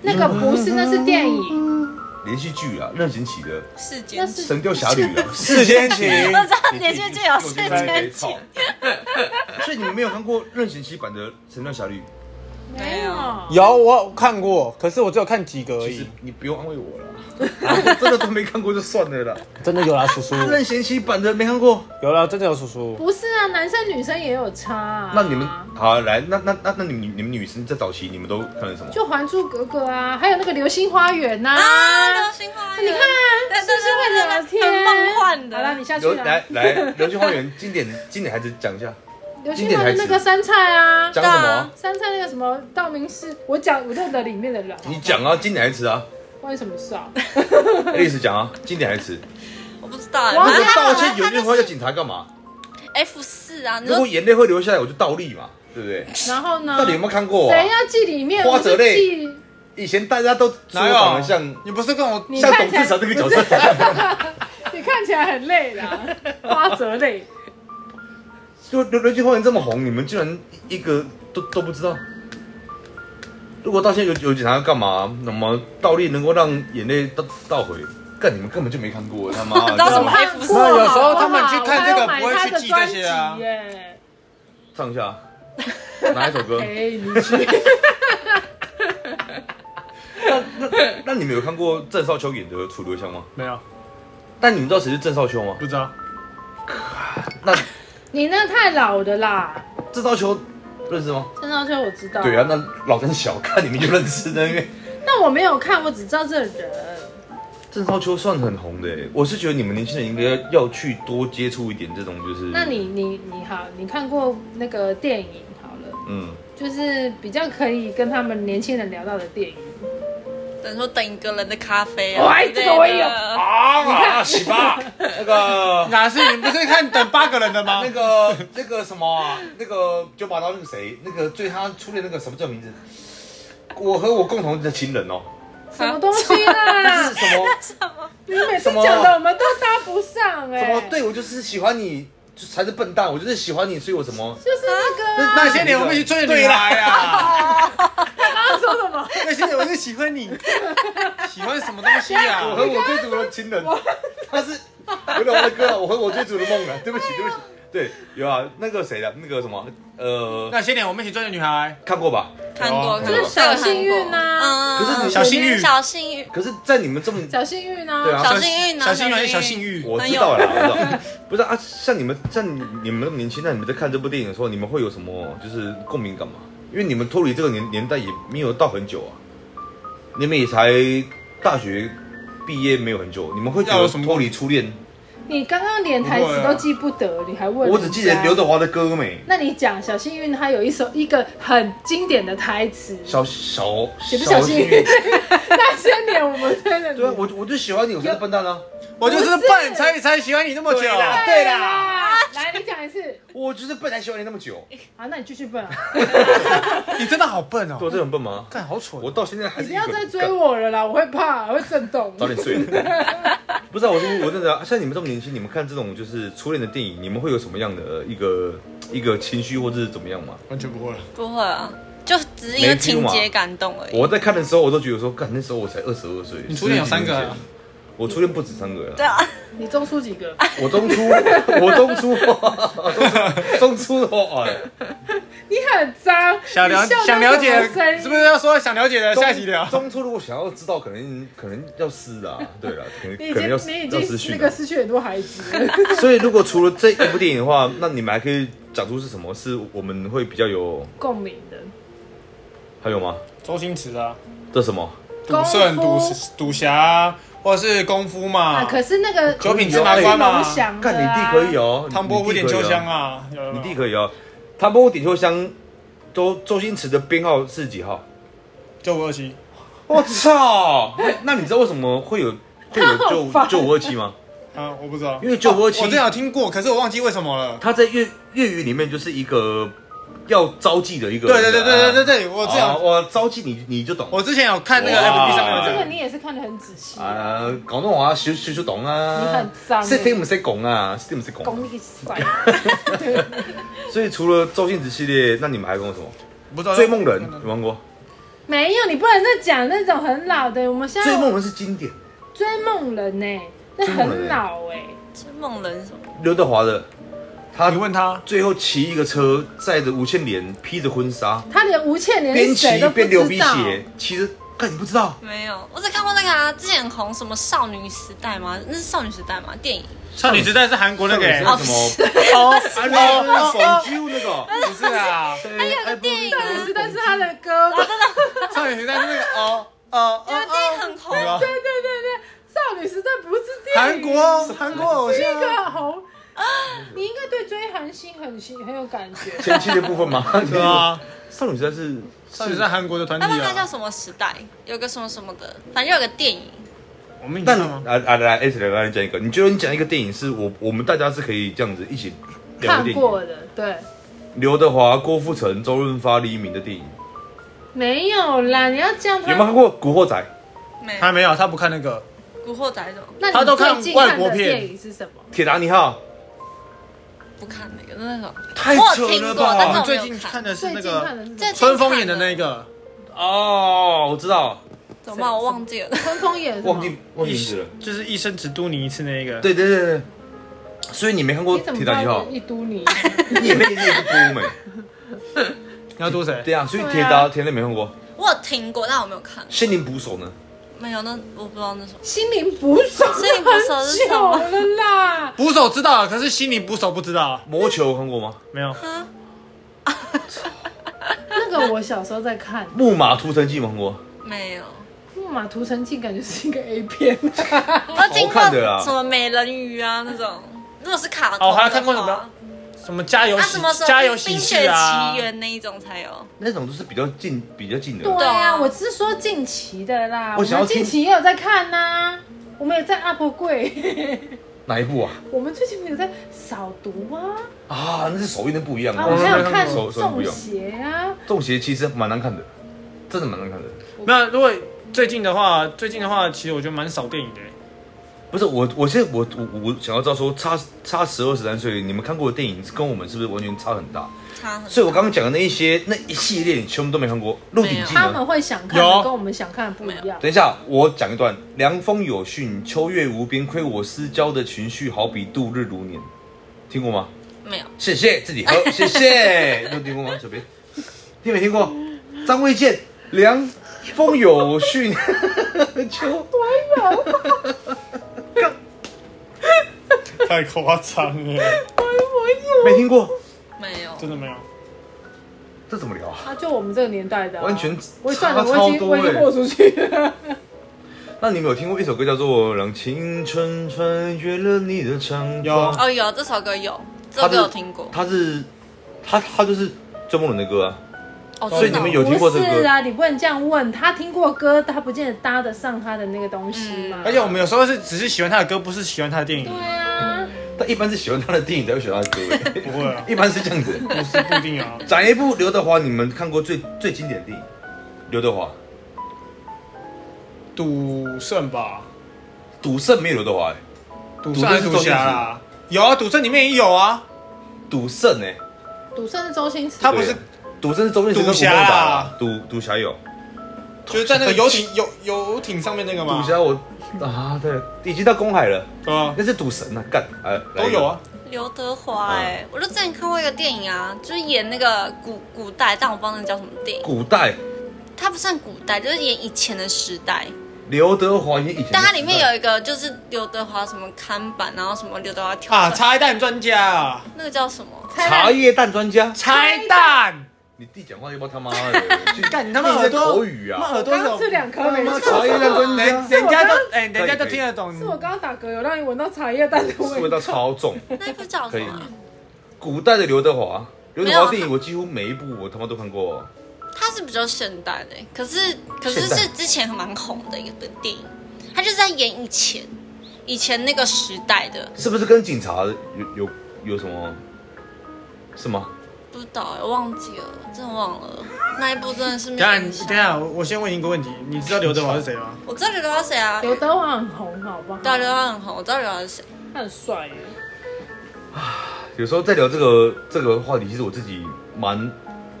B: 那个不是，那是电
A: 嗯
B: 影，
A: 连续剧啊，任贤齐的
D: 有世界
B: 那
A: 《
B: 是
A: 神雕侠侣》啊。
C: 四千情，
D: 我知道连续剧有世界情，
A: 所以你们没有看过任贤齐版的《神雕侠侣
B: 没有。
C: 有啊我看过，可是我只有看几个》？而
A: 其实
C: 已。
A: 你不用安慰我了， 啊我真的都没看过就算了啦。
C: 真的有啦，叔叔，
A: 任贤齐版的没看过，
C: 有啦，真的有叔叔。
B: 不是啊，男生女生也有差、啊。
A: 那你们好来，那那那那你们你们女生在早期你们都看了什么？
B: 就《还珠格格》啊，还有那个《流星花园》呐、
D: 啊，流星花
B: 你
D: 园，
B: 看
D: 但，
B: 是不是会聊天？
D: 很梦幻的
B: 好了，你下去
A: 流
B: 了。
A: 来来，《流星花园》经典经典台词讲一下，
B: 流星花园那个杉菜啊，
A: 讲什么
D: 啊？
B: 杉菜那个什么道明寺，我讲我认得里面的人。
A: 你讲啊，经典台词啊，
B: 关你什么事 啊？
A: 历史讲啊，经典台词。
D: 我不知道哎，
B: 我
A: 你
B: 要
D: 反
A: 就
D: 正他
A: 道
D: 们
A: 歉，有句话
D: 他
A: 叫
D: 就是
A: 警察干嘛？
D: F 四啊，你
A: 如果
D: 说
A: 眼泪会流下来，我就倒立嘛，对不对？
D: 嗯
B: 然后呢？
A: 到底有没有看过啊
B: 谁？要记里面？
A: 花
B: 我
A: 泽
B: 是
A: 类
B: 记。
A: 以前大家都说我长得像
C: 你不是跟我
B: 你
A: 像
B: 看
A: 董
B: 起来
A: 志成这个角色。
B: 你看起来很累啦， 花泽类。
A: 就流流星花园这么红，你们居然一个都都不知道。如果到现在有有警察要干嘛？那么倒立能够让眼泪倒倒回？干，你们根本就没看过，他妈！
D: 知道什么
B: 我看过
D: 没
C: 有有时候他们去看这个
B: 我还有买
C: 不会
B: 他
C: 去
B: 的
C: 记
B: 专
C: 这些啊
B: 辑耶
A: 唱一下，哪一首歌？
B: 哎，你 去。
A: 那你们有看过郑少秋演的《楚留香》吗？
C: 没有，
A: 但你们知道谁是郑少秋吗？
C: 不知道。
A: 那
B: 你那太老的啦，
A: 郑少秋认识吗？
B: 郑少秋我知道。
A: 对啊，那老跟小看你们就认识呢，因为
B: 但我没有看，我只知道这人。
A: 郑少秋算很红的欸。我是觉得你们年轻人应该要去多接触一点这种，就是
B: 那你
C: 嗯
B: 你你好，你看过那个电影好了，
A: 嗯，
B: 就是比较可以跟他们年轻人聊到的电影。
D: 啊等于说等一个人的咖啡啊，
B: 哎，
D: 之类
B: 这
D: 的
B: 个我也有。
A: 啊，洗吧，那个
C: 哪是你不是看等八个人的吗
A: 那？个那个什么、啊，那个九把刀那个谁，那个最他初恋那个什么叫名字？我和我共同的情人哦，
B: 什么东西 啦
A: 是？ 什么
D: 什么？
B: 你每次
A: 什么
B: 讲的我们都搭不上哎、
A: 什么？对我就是喜欢你，就才是笨蛋，我就是喜欢你，所以我什么？
B: 就是那个、啊、
C: 那些年我们一起追的女孩啊，
B: 刚刚说什么？
C: 那现在我就喜欢你，喜欢什么东西啊？
A: 我和我追逐的情人，他是有点我的歌啊，我和我追逐的梦啊，对不起，对不起，对，有啊，那个谁的，那个什么，呃，
C: 那些年我们一起追的女孩，
A: 看过吧？
D: 看过，
A: 就是
D: 看过
B: 小幸运啊
D: 嗯
A: 可是你
C: 小幸运
D: 小幸运，
A: 可是，在你们 这么，
B: 小幸运啊，
A: 对啊
D: 小幸运啊，
C: 小幸运还是小幸运？
A: 我知道了啦，我知道，不是啊，像你们，像你们那么年轻，那你们在看这部电影的时候，你们会有什么就是共鸣感吗？因为你们脱离这个年年代也没有到很久啊，你们也才大学毕业没有很久，你们会觉
C: 要
A: 得
C: 有什么
A: 脱离初恋？
B: 你刚刚连台词都记不得，你还问？
A: 我只记得刘。德华的歌没。
B: 那你讲《小幸运》，它有一首一个很经典的台词，
A: 小小
B: 也不小幸
A: 幸
B: 运。那些年我们真的
A: 对啊，我我就喜欢你，我才是笨蛋啊！
C: 我就是笨，才才喜欢你那么久。
A: 对啦
B: 对啦，来你讲一次。
A: 我就是笨才喜欢你那么久。
B: 好，那你继续笨啊！
C: 你真的好笨
A: 对，我
C: 哦，
A: 真的很笨吗？
C: 干好蠢。
A: 我到现在还
B: 你
A: 是
B: 不
A: 一
B: 要
A: 个
B: 再追我了啦，我会怕，我会震动。
A: 早点 睡。不知道、啊、我是我真的啊像你们这么年轻，你们看这种就是初恋的电影，你们会有什么样的一个一个情绪，或者是怎么样吗？
C: 完全不会了，
D: 不会啊，就只是因为情节感动
B: 哎
D: 而已。
A: 我在看的时候，我都觉得说，干那时候我才二十二岁。
C: 你初恋有三个
A: 十几年
C: 啊
A: 前？我初恋不止三个
D: 对
A: 呀，
D: 啊，
B: 你中出几个？
A: 我中 初，我中初，中初中初的话，哎
B: 你很脏。
C: 想了
B: 你笑到
C: 想了解
B: 什么声音
C: 是不是要说想了解的
A: 中
C: 下一集聊？
A: 中初如果想要知道，可能可能要撕啦，对啦，可能
B: 你已
A: 可
B: 经
A: 能要
B: 你已
A: 要失
B: 经
A: 去
B: 那个失去很多孩子了。
A: 所以如果除了这一部电影的话，那你们还可以讲出是什么？是我们会比较有，
B: 共鸣的。
A: 还有吗？
C: 周星驰啊，
A: 这什么？
B: 功
C: 赌
B: 夫
C: 圣、赌赌侠啊，或者是功夫嘛
B: 啊，，可是那个
C: 九品芝麻官嘛
B: 是龙翔的
A: 看
B: 啊
A: 你弟可以哦，
C: 唐伯虎点秋香啊，
A: 你弟可以哦，你弟
C: 个
A: 可以哦。唐伯虎点秋香，周周星驰的编号是几号？
C: 九五二七，
A: 我操！那你知道为什么会 有会有
B: 好
A: 九
B: 烦
A: 九五二七吗？
C: 啊，我不知道，哦
A: 因为九五二七
C: 我，之前有听过，可是我忘记为什么了。
A: 它在粤粤语里面就是一个要招妓的一个。
C: 对对对对对对
A: 对，哦
C: 对，我之前有
A: 我招妓你你就懂。
C: 我之前有看那个
A: 哇
C: FB 上面有
B: 这个
C: 讲，
B: 你也是看得很仔细，
A: 啊，廣東話少少少懂
B: 你
A: 啊
B: 很，髒
A: 識聽唔識講啊，識聽唔識
B: 功
A: 講。
B: 力帅。
A: 所以除了周星驰系列，那你们还跟我什么？
C: 不知道嗯
A: 追梦人有玩过？
B: 没有，你不能再讲那种很老的。我们现在
A: 追梦人是经典，
B: 追梦人呢、
C: 欸
B: 那很老哎、
D: 是梦人什么？
A: 刘德华的，他
C: 你问他，
A: 最后骑一个车，载着吴倩莲，披着婚纱，
B: 他连吴倩莲
A: 边
B: 是
A: 骑
B: 谁都不
A: 边流
B: 知
A: 鼻
B: 道。
A: 血，骑着，干你不知道？
D: 没有，我只看过那个啊，之前很红什么少女时代吗？那是少女时代吗？电影
C: 少女时代是韩国那个欸，
A: 上次是什么？
C: 哦
A: 安娜手揪那个，哎
C: 不是啊，
A: 还有个电影
B: 少女时代是他的歌，对
C: 少女时代是那个哦哦
D: 因为
C: 哦，
D: 啊电影很红，
C: 哦
B: 对啊对对，少女时代不是电影。
C: 韩国韩国偶像
B: 那个红，你应该对追韩星很新很有感 觉。
A: 前期的部分 吗？
C: 对啊，
A: 少女时代是
C: 少女时代韩国的团
D: 那不
C: 体
D: 知道它叫
C: 啊，
D: 什么时代，有个什么什么的，反正有个电影，
C: 我们
A: 但
C: 但吗？
A: 来来来，S 来来讲一个，你觉得你讲一个电影是我我们大家是可以这样子一起聊的
B: 看
A: 电影？
B: 过的，对，
A: 刘德华、郭富城、周润发、黎明的电影，
B: 没有啦，你要这样
A: 有没有
B: 他。
A: 看过《古惑仔》？
D: 没
C: 他没有，他不看那个，
D: 古惑仔什么
B: 那
C: 他
B: 你
C: 都看
B: 最近
C: 外
B: 看
C: 国
B: 的
C: 片
B: 电影是什么？
A: 《铁达尼号
D: 不看那个那个，》
A: 太
D: 我
A: 扯
D: 有
A: 了
D: 听过，
A: 吧
D: 但
C: 我们
D: 是我没
C: 最
D: 有
C: 近看
D: 看。
C: 的是
B: 最
C: 那
B: 近看的
C: 个
B: 是什
D: 最
B: 么？
D: 近
C: 春风演的那一个，
A: 哦，我知道，
D: 怎么办我忘记了？
B: 春风演的是什
A: 忘
B: 么
A: 记忘记名字了。
C: 就是一生只嘟你一次那一个，
A: 对对对对，所以你没看过
B: 你
A: 《
B: 怎么
A: 铁
B: 知
A: 达尼
B: 道
A: 号
B: 是一都你？》，
A: 你也没你也不播没？
C: 你要嘟谁？
A: 对啊，所以
B: 对啊
A: 铁达铁达没看过，《
D: 我有听过，但我没有看。
A: 心灵捕手》呢？
D: 没有，那我不知道那什么。
B: 心灵捕手，
D: 心灵捕手是
B: 很
D: 什
B: 久
D: 么
B: 了啦。
C: 捕手知道了，可是心里捕手不知道，
A: 魔球看过吗？
C: 没有。
B: 那个我小时候在看《
A: 《木马屠城记》有没有看过？
D: 没有，
B: 木马屠城记》，感觉是一个 A 片。啊
C: 啊
D: 我有听
A: 好看的啦
D: 过什么美人鱼啊那种。如果是卡通的话，
C: 哦我还有看过什么什么加油
D: 啊
C: 喜
D: 什么什么
C: 加油喜
D: 冰雪
C: 事啊
D: 奇？缘那一种才有。
A: 那种都是比较近比较近的。
B: 对啊，
D: 啊
B: 我只是说近期的啦，
A: 我
B: 我
A: 想要
B: 们
A: 听
B: 近期也有在看呐、我们也在 UP 柜，
A: 哪一部啊？
B: 我们最近没有在扫毒啊，
A: 啊，那是首映的不一样
B: 啊，我还有看
A: 首首映不
B: 中
A: 一样。
B: 邪啊，
A: 中邪其实蛮难看的，真的蛮难看的。
C: 没有。如果最近的话，最近的话，其实我觉得蛮少电影的。
A: 不是我，我现在我我我想要知道说差差十二十三岁，你们看过的电影跟我们是不是完全差很大？
D: 差很
A: 所以我刚刚讲的那一些那一系列，你全部都没看过，《鹿鼎记》
B: 他
A: 呢？
B: 们会想看的
C: 有
B: 跟我们想看的不一样。
A: 等一下，我讲一段。凉风有讯，秋月无边，亏我思交的情绪好比度日如年，听过吗？
D: 没有，
A: 谢谢自己 喝，谢谢。你有听过吗？小编，听没听过？张卫健《凉风有讯》 秋，
C: 太夸张了，
A: 没听过，
D: 没有，
C: 真的没有。
A: 这怎么聊啊？
B: 啊，就我们这个年代的啊、
A: 完全
B: 我算了，
A: 差
B: 我已
A: 超多
B: 经我已经
A: 欸
B: 豁出去了。
A: 那你们有听过一首歌叫做《让青春穿越了你的长发》？
C: 有
D: 哦，有这首歌有，哦这
A: 他
D: 首
A: 是
D: 歌有听过。
A: 他是他他就是周杰伦的歌啊。
D: 哦，
A: 所以
D: 真的
A: 你们
D: 哦
A: 有听过这
B: 不
A: 个歌
B: 是啊，你不能这样问。他听过歌，他不见得搭得上他的那个东西嘛。哎
D: 嗯
C: 而且我们有时候是只是喜欢他的歌，不是喜欢他的电影
B: 对，啊，
A: 但一般是喜欢他的电影 才会喜欢他的
C: 不
A: 歌，
C: 会啊，
A: 一般是这样子。
C: 不是不一定啊。
A: 讲一部刘德华你们看过最最经典的电影，刘德华
C: 赌圣吧，
A: 《赌圣》没有刘德华、欸，
C: 赌圣还是赌侠啦？有啊，赌圣里面也有啊，
A: 《赌圣》哎，
B: 赌圣是周星驰，
C: 他不是
A: 对赌圣是周星驰跟吴
C: 赌侠
A: 孟
C: 啦
A: 达啊，赌赌侠有，
C: 就是在那个游艇游游艇上面那个
A: 赌
C: 吗？
A: 侠我啊对，已经到公海了，
C: 对啊，
A: 那是赌神啊，干哎
C: 都有啊，。
D: 刘德华
A: 嗯
D: 哎，我就之前看过一个电影啊，就是演那个古古代，但我不知道那叫什么电
A: 来一个
D: 影，
A: 古代
D: 它不算古代，就是演以前的时代。
A: 刘德华也以前，
D: 但它里面有一个就是刘德华什么看板，然后什么刘德华跳
C: 啊，
D: 伞，
C: 拆弹专家啊，
D: 那个叫什么？
A: 茶叶蛋专家，
C: 拆弹，
A: 你弟讲话就不知道他妈 的，去
C: 干你他妈
A: 你的
C: 耳朵
A: 口语
C: 妈
A: 啊，
C: 耳朵
B: 我刚吃两颗没
C: 妈
B: 吃
A: 茶叶蛋专
C: 人
A: 家，
C: 人家
B: 是
C: 都
B: 我
C: 哎，人家
A: 可
C: 都
A: 以可以
C: 听得懂。
B: 是我刚刚打嗝有让你闻到茶叶蛋的
A: 味
B: 味道。
A: 道超重。
D: 那部叫什么啊？
A: 古代的刘德华，刘德
D: 没有啊
A: 华电影我几乎每一部我他妈都看过。
D: 它是比较现代的，欸可是可是
A: 现代
D: 是之前还蛮红的一个电影，它就是在演以前以前那个时代的，
A: 是不是跟警察有有有什么？是吗？
D: 不知道我忘记了，真的忘了那一部真的是没
C: 等
D: 有
C: 一
D: 印
C: 下，
D: 象
C: 等一下，我先问你一个问题，你知道刘德华是谁吗？
D: 我知道刘德华谁啊？
B: 刘德华很红，好不好？
D: 对啊，刘德华很红，我知道刘德华是谁。
B: 他很帅耶。
A: 有时候在聊这个这个话题，其实我自己蛮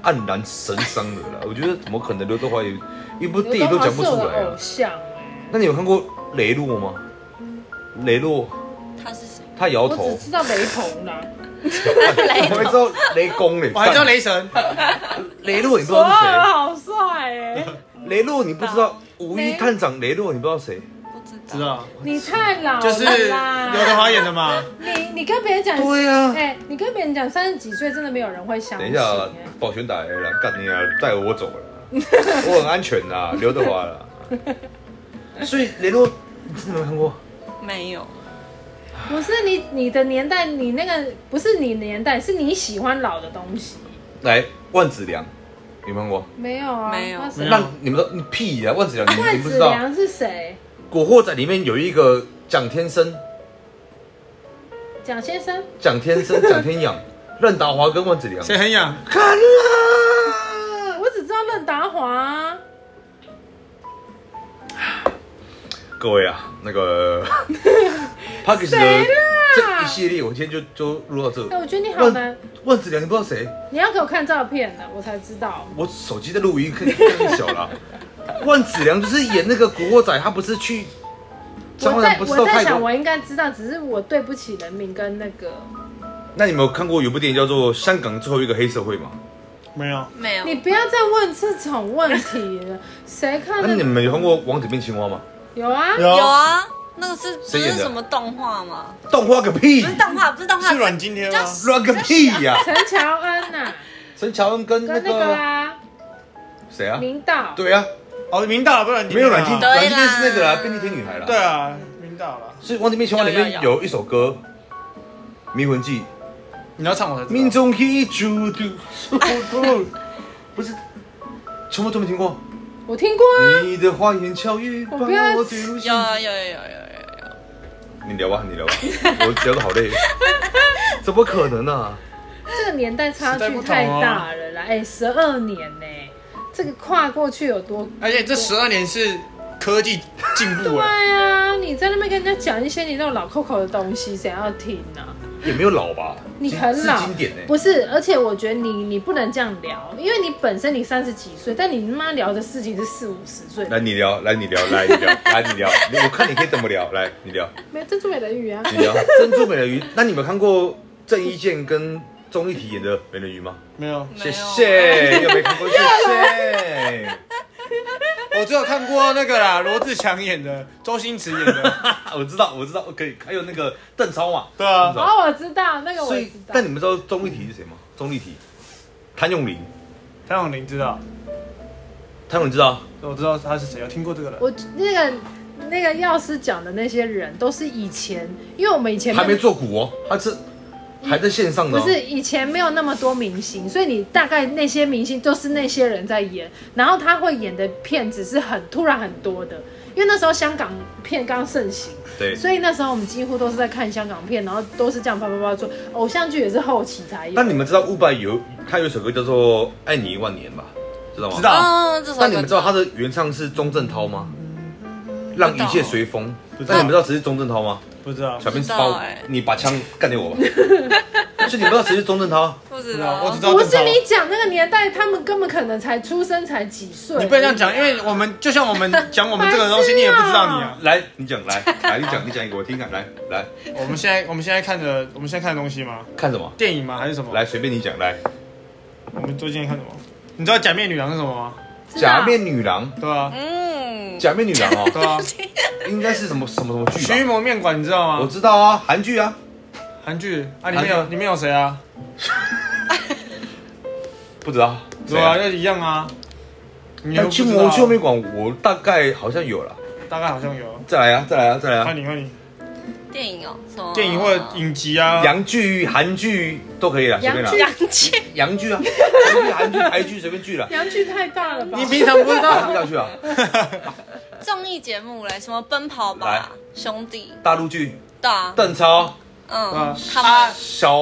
A: 黯然神伤的啦。我觉得怎么可能刘德华有一部电
B: 刘
A: 影都
B: 德华
A: 讲
B: 是
A: 不出
B: 我
A: 来
B: 的哦偶
A: 啊？
B: 像耶，
A: 那你有看过雷洛吗？雷洛
D: 他是谁？
A: 他摇
B: 我只
A: 头，
B: 知道雷啊鹏啦。
D: 雷
A: 我还知道雷公嘞，
C: 我还知道
A: 干
C: 雷神，
A: 雷洛，你不知
B: 索
A: 道是
B: 尔
A: 谁？
B: 好帅欸耶！
A: 雷洛你不知道，五一
B: 雷
A: 探长雷洛你不知道谁？
D: 不知道。
C: 知道，
B: 你太老
C: 就
B: 了
C: 是
B: 啦。
C: 刘德华演的嘛。
B: 你你跟别人讲，
A: 对啊
B: 哎、你跟别人讲三十几岁，真的没有人会相
A: 等
B: 信、
A: 一下啊
B: 哎，
A: 保全打来了，干你啊，带我走了， 我很安全啊啦，刘德华啦。所以雷诺，你真的没看过？
D: 没有，
B: 不是你你的年代，你那个不是你年代，是你喜欢老的东西。
A: 来，万子良，有没有看过？
B: 没有啊，
D: 没有
B: 那谁
C: 没有
A: 让你们都你屁呀、万子良，你们
B: 啊万
A: 你不
B: 子
A: 知道，《
B: 良是谁？
A: 古惑仔》里面有一个蒋天生，
B: 蒋先生，
A: 蒋天生，蒋天养，任达华跟万子良。
C: 谁很痒？
A: 看啊啦！
B: 我只知道任达华啊、
A: 各位啊，那个 p a k i s 的这一系列，我今天就就录到这。
B: 哎、我觉得你好难
A: 万，万子良，你不知道谁？
B: 你要给我看照片的，我才知道。
A: 我手机在录音，可以更小 了。万梓良就是演那个古惑仔，他不是去张
B: 我
A: 焕
B: 在
A: 良不是
B: 我
A: 到
B: 在
A: 泰
B: 想，
A: 国？
B: 我应该知道，只是我对不起人民跟那个。
A: 那你们有看过有部电影叫做《香港最后一个黑社会》吗？
C: 没有，
D: 没有。
B: 你不要再问这种问题了，谁看
A: 那
B: 那
A: 你
B: 个？
A: 们有看过《王子变青蛙》吗？
B: 有啊，
D: 有啊，那个是不
A: 哦谁演
D: 是
A: 的
D: 什么动画吗？
A: 动画个屁
D: 不，是动画，不是动画，
C: 是阮经天吗
D: 叫？
A: 乱个屁 呀、
B: 陈乔恩呐、
A: 陈乔恩 跟那
B: 跟那个
A: 个
B: 啊，
A: 谁啊？
B: 明道，
A: 对啊，
C: 哦，明道了，不是阮经
A: 没有
C: 天啊
A: 阮经
D: 对啦
A: 阮经天是那个啦，便利贴女孩啦。
C: 对，啊，明道了。
A: 所以《王子变青蛙》里面
D: 有有
A: 有一首歌《迷魂记》，
C: 你要唱我才知
A: 命
C: 道。
A: 中已注定， 不是，全部都没听过。
B: 我听过啊，
A: 你的花言巧语
B: 我不要
A: 坠入
D: 有有有有有有有。
A: 你聊吧，你聊吧， 我聊的好累。怎么可能啊？
B: 这个年代差
C: 时代
B: 距
C: 不同
B: 太
C: 啊
B: 大了啦，哎、十二年呢、这个跨过去有多？
C: 而且这十二年是科技进步哎
B: 对
C: 了，
B: 啊，你在那边跟人家讲一些你那种老扣扣的东西，谁要听呢、
A: 也没有老吧？
B: 你
A: 经
B: 很
A: 是
B: 老，
A: 经典呢、
B: 不是，而且我觉得你你不能这样聊，因为你本身你三十几岁，但你他妈聊的事情是四五十岁，
A: 来你聊，来你聊，来你聊， 来你聊，你我看你可以怎么聊，来你聊，
B: 没有珍珠美人鱼啊，
A: 你聊。 珍珠美人鱼，那你们看过郑伊健跟钟丽缇演的美人鱼吗？
C: 没有，
A: 谢
B: 啊
D: 没有
A: 谢，又没看过，谢谢。
C: 我只有看过那个 啦，罗志祥演的，周星驰演 的，
A: 我知道，我知道，我可以。还有那个邓超嘛，
C: 对啊
A: 知，道
B: 哦，我知道那个我
A: 所
B: 知
A: 以，
B: 道
A: 但，你们知道钟丽缇是谁吗？钟丽缇，谭咏麟，
C: 谭咏麟知道，
A: 谭咏麟知道？
C: 我知道他是谁，有听过这个人。
B: 我那个那个药师讲的那些人都是以前，因为我们以前
A: 还没做股哦，他是还在线上的、
B: 不
A: 哦。
B: 是以前没有那么多明星，所以你大概那些明星都是那些人在演，然后他会演的片子是很突然很多的，因为那时候香港片刚盛行，
A: 对，
B: 所以那时候我们几乎都是在看香港片，然后都是这样啪啪啪做，偶像剧也是后期才有
A: 那。你们知道伍佰有他有一首歌叫做《爱你一万年》吧？知道吗？
C: 知道
D: 嗯，这首歌
A: 啊那你们知道他的原唱是钟镇涛吗？让一切随风。那你们知道谁是钟镇涛吗？
C: 不知道，
A: 小编
D: 不知道
A: 包
D: 哎，
A: 你把枪干给我吧。就你们知道谁是钟镇涛？
D: 不
C: 不
D: 知
C: 知道，
D: 道，
C: 我只知道
B: 不
C: 邓
B: 是
C: 超。
B: 你讲那个年代，他们根本可能才出生才几岁。
C: 你不能这样讲，因为我们就像 我们讲我们这个东
B: 啊白痴
C: 西，
B: 啊
C: 你也不知道你啊。
A: 来，你讲，来，来，你讲，你讲一个我听看，来，来，
C: 我们现在我们现在看的我们现在看的东西吗？
A: 看什么？
C: 电影吗？还是什么？
A: 来，，随便你讲，来，
C: 我们最近看什么？你知道假面女郎是什么吗？
A: 《假面女郎》，《
C: 对 啊，
D: 嗯，
A: 假面女郎》
C: 对
A: 哦，
C: 啊，
A: 应该是什么什么什么剧
C: 徐
A: 吧？
C: 云蒙面馆你知道
A: 我
C: 吗？
A: 知道啊，韩剧啊，
C: 韩剧啊，里面有
A: 韩
C: 里面有谁啊？
A: 不知道。
C: 对啊，那一样啊。你又
A: 那
C: 不
B: 哎
A: 去
C: 知
A: 魔
C: 道
A: 去后面馆，我大概好像有了。
C: 大概好像有。
A: 再来啊，再来啊，再来啊
C: 换！你换你，
D: 电影哦，什么
C: 电影或者影集啊，
A: 洋剧、韩剧都可以了，随便啦
B: 洋。剧
D: 洋气，
A: 洋剧啊，随便韩剧、台剧随便剧了，
B: 洋剧太大了吧？
C: 你平常不知
A: 看不
C: 道。
A: 下去啊。
D: 综艺节目嘞，什么奔跑吧兄弟，
A: 大陆剧，
D: 对啊，
A: 邓超、
D: 嗯
C: 啊，
D: 他们
A: 小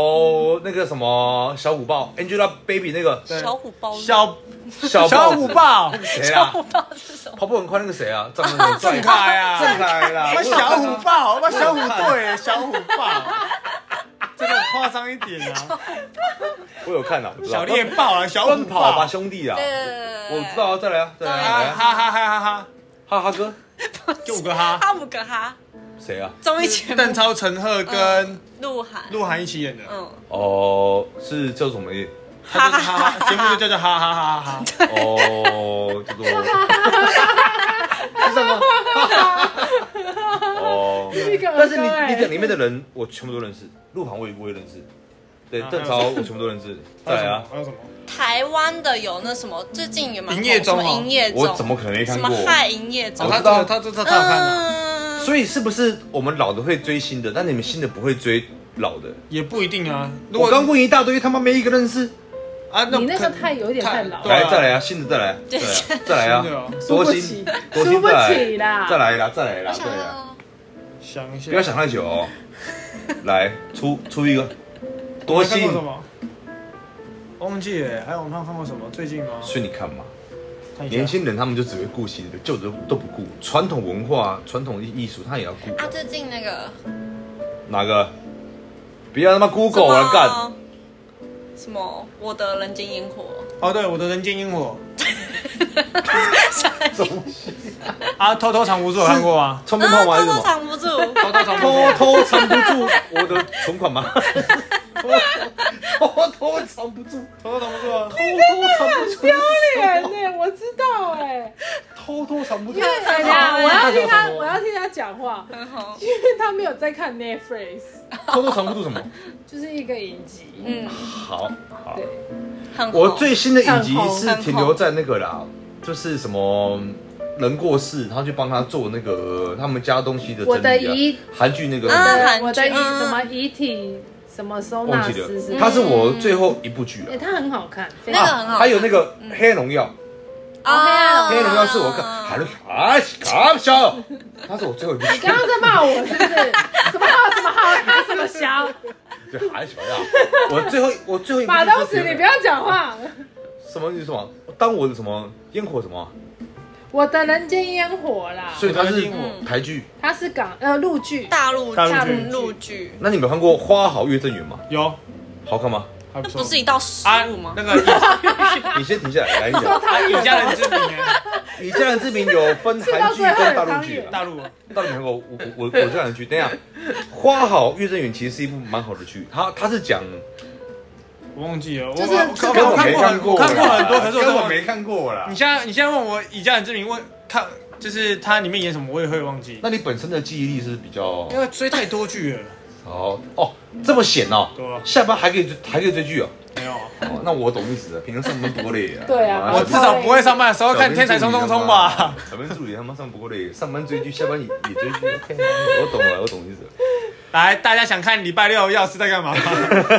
A: 那个什么小虎豹、Angelababy 那个
D: 小虎豹，
C: 小
A: 小
C: 小虎豹，
A: 谁
D: 小
A: 啊？
D: 虎豹是什么？
A: 跑步很快那个谁啊？张张
C: 郑恺啊，
A: 郑恺啦
C: 我，们小虎豹，我们小虎
A: 我有
C: 队，小虎豹，这个夸张一点 啊，
A: 我有看啊，我知道
C: 小猎豹啊，小虎
A: 奔跑
C: 豹
A: 吧，兄弟啊，
D: 对对对对，
A: 我知道啊，再来啊，再来
C: 啊
A: 啊，来
C: 哈
A: 啊
C: 哈哈哈哈，
A: 哈哈哥
C: 就五个哈，
D: 阿姆格哈
A: 谁啊？
D: 综艺节目，
C: 邓超、陈赫跟
A: 嗯
D: 鹿晗，
C: 鹿晗一起演的，
D: 嗯，
A: 哦，是叫什么？
C: 他就是哈哈，节目就叫做哈哈哈哈哈，
A: 哦， 叫做是什么？哦，
B: 是一个
A: 但是
B: 儿歌欸
A: 你你讲里面的人，我全部都认识，鹿晗我也我也认识，对
C: 啊
A: 邓超我全部都认 识。再来啊，
C: 还有什么？
D: 台湾的有那什么，最近有蛮
C: 营业中哦
D: 什么营业中，
A: 啊我怎么可能没
D: 什
A: 看
D: 么
A: 过？
D: 嗨营业
C: 还有什么
D: 中
A: 我
C: 哦，？他
A: 知道
C: 这个他这他他有看啊，
D: 嗯，
A: 所以是不是我们老的会追新的，但你们新的不会追老的？
C: 也不一定啊，如
A: 我
C: 果
A: 刚问一大堆，他妈没一个认识。
C: 啊，
B: 你那
C: 可
B: 个太有点太老
C: 对啊
B: 了，
A: 来，再来啊，新的再来啊，再来啊，再来
C: 新
A: 啊
C: 的哦，
A: 多
B: 输
A: 新
B: 不起，
A: 多新
B: 输不
A: 再
B: 起啦
A: 来，再来啦，再来啦，再
D: 我想
A: 来啦，
D: 要
C: 想一下，
A: 不要想太久哦。来，出出一个，
C: 我
A: 多
C: 还看
A: 新
C: 过，什么？忘记了，还有我们看过什么？最近吗？
A: 所以你看嘛。
C: 看一下
A: 年轻人他们就只会顾新的，旧的都不顾。传统文化、传统艺术，他也要顾。
D: 啊，最近那个
A: 哪个？不要他妈 Google 啊了，干！
D: 什么啊什么我的人间烟火，
C: 哦，对，我的人间烟火
A: 这种东西
C: 啊，偷偷藏不是 有看过吗？
A: 聪明
D: 啊，
A: 胖吗？还
D: 偷
A: 是什么？
D: 偷藏不住，
C: 偷偷藏不
A: 偷
C: 是
A: 偷藏不住我的存款吗？偷偷偷偷藏不住，
C: 偷偷藏不住啊
A: 偷！偷藏不住，
B: 对对，我知道哎，
A: 偷偷藏不住
B: 因。为哎呀，我要听他，我要听他讲话，
D: 很嗯好，
B: 因为他没有在看 Netflix，
A: 偷偷藏不住什么？
B: 就是一个影集，
D: 嗯，
A: 好好
B: 对，，
D: 很
A: 我
D: 红
A: 最新的影集是停留在那个啦，就是什么人过世，他去帮他做那个他们家东西的整理啊
B: 我的遗
A: 韩剧那个
D: 啊
A: 什么
D: 韩剧
B: 我的遗
D: 嗯
B: 什么遗体什么收纳
A: 忘记
B: 师是
A: 了，，它是我最后一部剧
B: 哎，
A: 了。啊
B: 他很好看，非
D: 嗯那
B: 常
D: 个很好看
A: 还有那个《黑暗荣耀》，
D: 啊，
A: 黑暗荣耀》是我看，还是啊搞笑，它是我最后一部剧
B: 刚，刚在骂我是不是？什么好什么好，他什么小？
A: 就还小呀。我最后我最后一部
B: 马
A: 剧
B: 东
A: 就
B: 石，
A: 是
B: 你不要讲话。
A: 什么你什么，当我的什么烟火什么，
B: 我的人间烟火》啦，
A: 所以它是
D: 嗯
A: 台剧。
B: 它是港呃陆 剧，
D: 大陆
C: 大陆剧
D: 陆剧，
A: 那你们有看过《花好月正圆》吗？
C: 有，
A: 好看 吗？
C: 还
D: 那
C: 错
D: 不是一道食
C: 啊
D: 物吗？
C: 那个以
A: 你先停下来，来你讲。
C: 啊以家人之名哎，
A: 以家人之名有 分韩剧跟大陆剧，
C: 大陆
A: 大陆韩国我我我这两剧。等一下，《花好月正圆》其实是一部蛮好的剧，它它是讲
C: 我忘记了，我
B: 就是
C: 我
B: 根
C: 看
B: 本
C: 我看
A: 没
C: 过很
A: 过
C: 我
A: 啦，
C: 看过很多，可是我
A: 根
C: 真
A: 本
C: 的
A: 没看过啦
C: 你。现在你现在问我以家人之名问看，就是它里面演什么，我也会忘记，
A: 那你本身的记忆力是比较
C: 因为追太多剧了。
A: 好哦，这么险哦
C: 对啊，
A: 下班还可以追还可以追剧哦。
C: 没有，
A: 哦，那我懂意思了，平常上班不够累啊。
B: 对啊
C: 我至少不会上班的时候看《天才冲冲冲》吧？。
A: 小编助理他妈上班不够累，上班追剧，下班也也追剧。OK，我懂了，我懂意思了。
C: 来，大家想看礼拜六药师在 干嘛？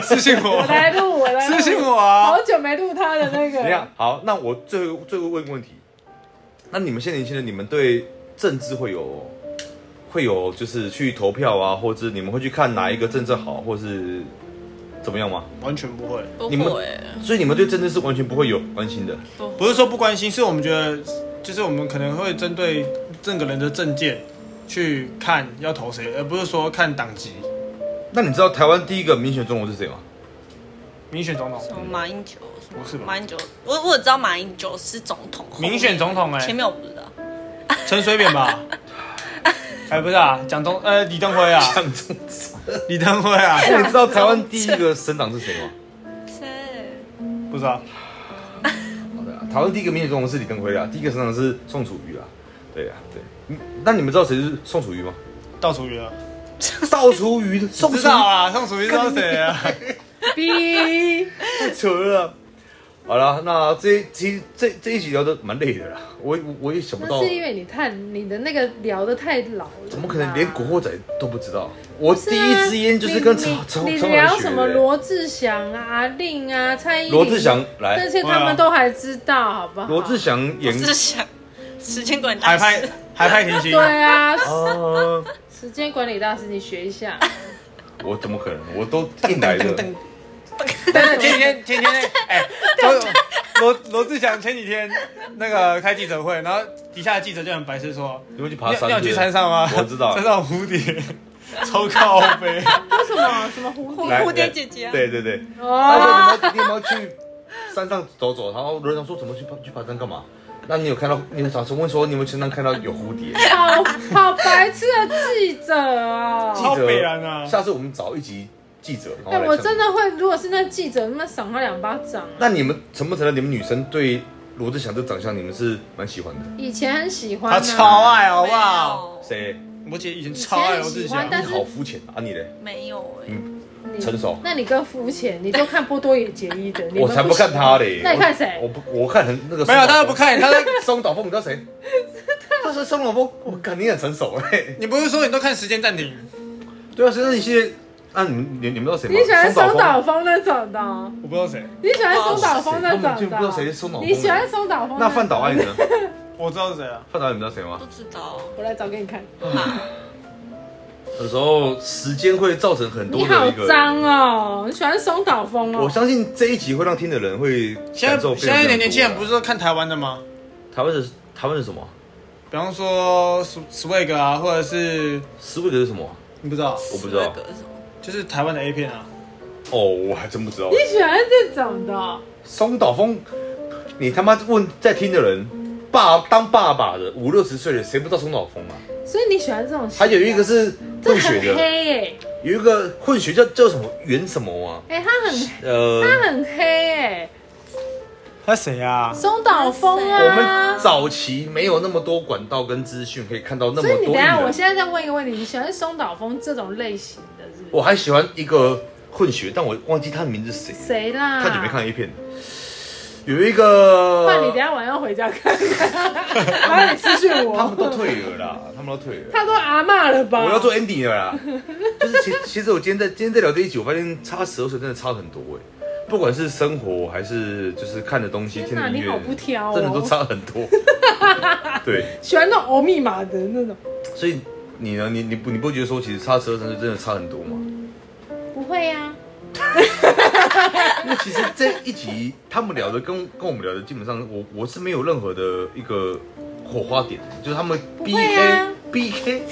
C: 私信
B: 我
C: 我，
B: 来录，我来录
C: 私信我啊
B: 好！久没录他的那
A: 怎么样
B: 个，？
A: 好，那我最后最后问个问题，那你们现在年轻人，你们对政治会有会有就是去投票啊，或者你们会去看哪一个政策好，或是怎么样吗？
C: 完全不会，
D: 不
A: 你们
D: 会，
A: 所以你们对政治是完全不会有关心的。
C: 不是说不关心，是我们觉得，就是我们可能会针对这个人的证件去看要投谁，而不是说看党籍。
A: 那你知道台湾第一个民选总统是谁 吗？
C: 民选总统，
D: 什么马英九，什么
C: 不是吧
D: 马英九，我我只知道马英九是总统，
C: 民选总统哎、
D: 前面我不知道，
C: 陈水扁 吧？哎、不是啊，蒋中呃李登 辉啊，
A: 蒋中正。
C: 李登辉啊，
A: 那你知道台湾第一个省长是谁吗？
D: 是
A: 嗯
C: 不知道，
A: 好的啊，台湾第一个民选总统是李登辉啊，第一个省长是宋楚瑜啊。对啊，对。嗯那你们知道谁是宋楚瑜吗？
C: 倒数鱼 了，
A: 宋楚瑜，宋楚
C: 啊知
A: 瑜
C: 道啊，宋楚瑜知道谁 啊？
B: 逼
A: 扯了。好了，那这一其实这这一集聊的蛮累的啦，我我我也想不
B: 那
A: 到，
B: 是因为你太你的那个聊的太老了，
A: 怎么可能连《古惑仔》都不知道？我
B: 是
A: 第
B: 啊
A: 一支烟就是跟
B: 你
A: 曹曹
B: 你
A: 曹
B: 你
A: 老
B: 聊
A: 学
B: 什么
A: 的
B: 罗志祥啊、令啊、蔡依林、
A: 罗志祥
B: 那
A: 来，
B: 些他们都还知道，好不好？
A: 罗志祥
D: 我
A: 演
D: 是想时间管理
C: 海
D: 大
C: 派
D: 师，
C: 海派甜心
B: 对，啊，
A: 啊，
B: 时间管理大师，你学一下。
A: 我怎么可能？我都进来的，
C: 但是前几天前几天哎，罗罗罗志祥前几天那个开记者会，然后底下的记者就很白痴说，
A: 你们去爬
C: 你有
A: 山，
C: 你有去山上吗？
A: 我知道
C: 山上有蝴蝶，超靠背，
B: 为什么什么蝴
D: 来
B: 蝶？
D: 蝴蝶姐姐啊
A: 对对对，他
B: 哦，
A: 说你们你们去山上走走，然后罗志祥说怎么去爬去爬山干嘛？那你有看到？你们小时候问说你们身上看到有蝴蝶？
B: 好好白痴的记者哦。
A: 记
C: 超
A: 者
C: 北然啊
A: 下次我们找一集记者，然后
B: 哎、
A: 来
B: 我
A: 上
B: 真的会，如果是那记者，那么赏他两巴掌、啊。
A: 那你们承不承认你们女生对罗志祥这长相你们是蛮喜欢的？
B: 以前很喜欢、啊，
C: 他超爱好
D: 好
C: 不好？？
A: 谁？
C: 我姐以前超爱罗志祥
B: 以前很喜欢，但
A: 你好肤浅啊！你嘞？
D: 没有哎、
A: 嗯
B: 你
A: 成熟
B: 那你更肤浅，你就看波多野结衣的，你们
A: 我才不看他嘞！
B: 那你看谁
A: 我不，我看很那个。
C: 没有，他都不。看，他在
A: 松岛枫，你知道谁？他是松岛枫。我靠，你很成熟哎。
C: 你不是说你都看时间暂停？
A: 对啊，所以那你现在，那你们你你们知道谁吗？
B: 你喜欢松
A: 松
B: 岛啊
A: 枫？
B: 枫那种的哦、
C: 我不知道谁，
B: 你喜欢松岛枫那种的
A: 哇塞根本就
B: 哦、
A: 不知道谁是松岛枫
B: 你喜欢松岛枫
A: 那
B: 种
A: 范岛爱啊呢？
C: 我知道是谁啊？
A: 范岛爱你们知道谁吗
D: 不？知道，
B: 我来找给你看。
A: 有时候时间会造成很
B: 你
A: 多
B: 好
A: 的一个。
B: 脏哦、你喜欢松岛枫哦、
A: 我相信这一集会让听的人会
C: 现
A: 感受非
C: 在现
A: 常
C: 在
A: 非常
C: 的年轻人
A: 多啊
C: 不是都看台湾的吗？
A: 台湾是台湾是什么？啊
C: 比方说 Sw- Swag 啊，或者是
A: 思维的是什么？啊
C: 你不知道，
A: 我不知道
D: 那。个什么
C: 就是台湾的 A 片啊。
A: 哦，我还真不知道
B: 你。喜欢这种的哦、
A: 松岛枫，你他妈问在听的人，爸当爸爸的五六十岁的，谁不知道松岛枫啊？
B: 所以你喜欢这种型的。
A: 还有一个是
B: 这
A: 混
B: 很
A: 血的，
B: 黑耶、
A: 有一个混血叫叫什么袁什么啊？
B: 哎、他很
A: 呃，
B: 他很黑耶、
C: 他谁啊？
B: 松岛枫啊。
A: 我们早期没有那么多管道跟资讯可以看到那么
B: 所以你
A: 多
B: 等
A: 艺
B: 一下，我
A: 人。
B: 现在在问一个问题，你喜欢松岛枫这种类型的是不
A: 我还喜欢一个混血，但我忘记他的名字是谁，
B: 是？谁啦？
A: 太久没看 A 片了。有一个，
B: 那你等一下晚上回家 看看，然后你私讯
A: 他们都
B: 我。
A: 退了啦，他们都退了。
B: 他都阿骂了吧？
A: 我要做 ending 了 啦。就是其其实我今天在今天在聊这一集，我发现差十二岁真的差很多哎、不管是生活还是就是看的东西、听
B: 天哪
A: 的音
B: 你好
A: 乐，
B: 不挑哦
A: 真的都差很 多。对，
B: 喜欢那种欧密码的那种。
A: 所以你呢？你你不你不觉得说其实差十二岁真的差很多
B: 嗯
A: 吗？
B: 不会啊呀、
A: 因为其实这一集他们聊的跟跟我们聊的基本上，我我是没有任何的一个火花点，就是他们 B
B: 会
A: K、
B: 啊
A: B K，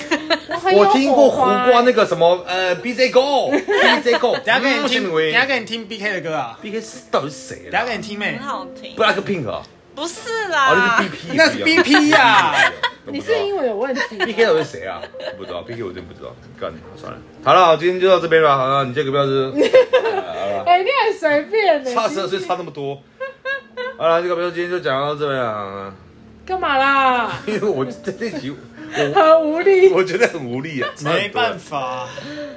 B: 我很有
A: 哎我听过胡
B: 啊火花欸
A: 瓜那个什么呃 B J Go，B J Go，
C: 等一下给你听，
A: 嗯
C: 等一下给你听 B K 的歌啊，
A: B K 是到底是谁
C: 等一下
A: 啦？
C: 给你听妹
D: 很，好听
A: 不。Blackpink 啊，
D: 不是
A: 哦那是
D: 啦
A: ，B P，啊
C: 那是 B P 啊呀，
B: 你啊是英文有问题吗
A: B K 到底是谁啊？我不知道 B K 我真不知道，干算了，好了，今天就到这边了，好了，你这个标志。
B: 哎、你很随便欸呢、
A: 差十二岁差那么多。好了，这个朋友今天就讲到这边了，
B: 干嘛啦？
A: 因为我在这集我
B: 很无力。
A: 我觉得很无力啊，差很多
C: 没办，法，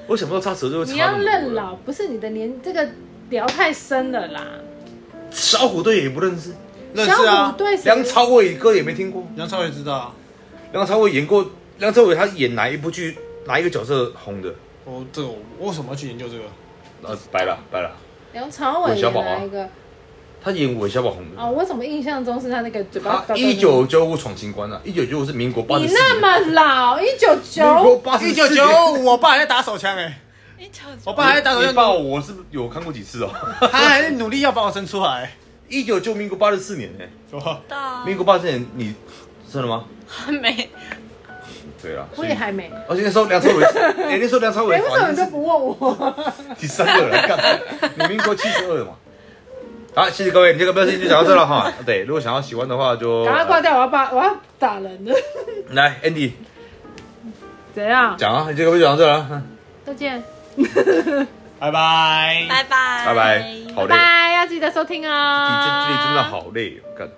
A: 我想不到差十二岁会差
B: 你
A: 那
B: 要
A: 么多啊
B: 认老，不是你的年，这个聊太深了啦。
A: 小虎队也不认识，
C: 认识
B: 小
C: 啊
B: 虎，队谁
A: 梁朝伟歌也没听过，
C: 杨超越知道啊，
A: 梁朝伟演过，梁朝伟他演哪一部剧哪一个角色红的？
C: 我这个我我为什么要去研究这个？
A: 呃，白了白了，
B: 梁朝伟
A: 韦小
B: 演
A: 宝啊
B: 哪一个？
A: 他演韦小宝红的。
B: 哦，我怎么印象中是他那个嘴巴？
A: 他啊一九九五闯情关啊，一九九五是民国八
B: 你
A: 十四
B: 那
A: 年，
B: 么老，一九
A: 民国
B: 九，
A: 八十
C: 一九
A: 四
C: 九
A: 年。
C: 五，我爸还在打手枪哎，
D: 一九
C: 我
D: 九
A: 哦
C: 爸还在打手
A: 你爸
C: 枪，
A: 我是有看过几次哦，
C: 他还在努力要把我生出 来，
A: 一九九民国八十四年呢、
C: 什么？
B: 哦
D: 到
A: 民国八十年，你真的吗？
D: 还 没
A: 对
C: 啊
A: 啦，
B: 我
A: 所以哦
B: 也还没。
A: 而且那时候梁朝伟， 哎、那时候梁朝
B: 哎、
A: 伟
B: 为
A: 好
B: 什么
A: 像
B: 你都
A: 是
B: 不问 我？
A: 第三个 人，干，你民国七十二的嘛。好，谢谢各位，你这个标题就讲到这了 哈。对，如果想要喜欢的话就
B: 赶快挂掉，我要把我要打人了。
A: 来 Andy
B: 怎样？
A: 讲啊，你这个标题讲到这了，嗯
B: 再见，
C: 拜拜。
D: 拜拜
A: 拜拜，好
B: 拜
A: 累，
B: 拜，要记得收听哦。
A: 你这这里真的好累，干。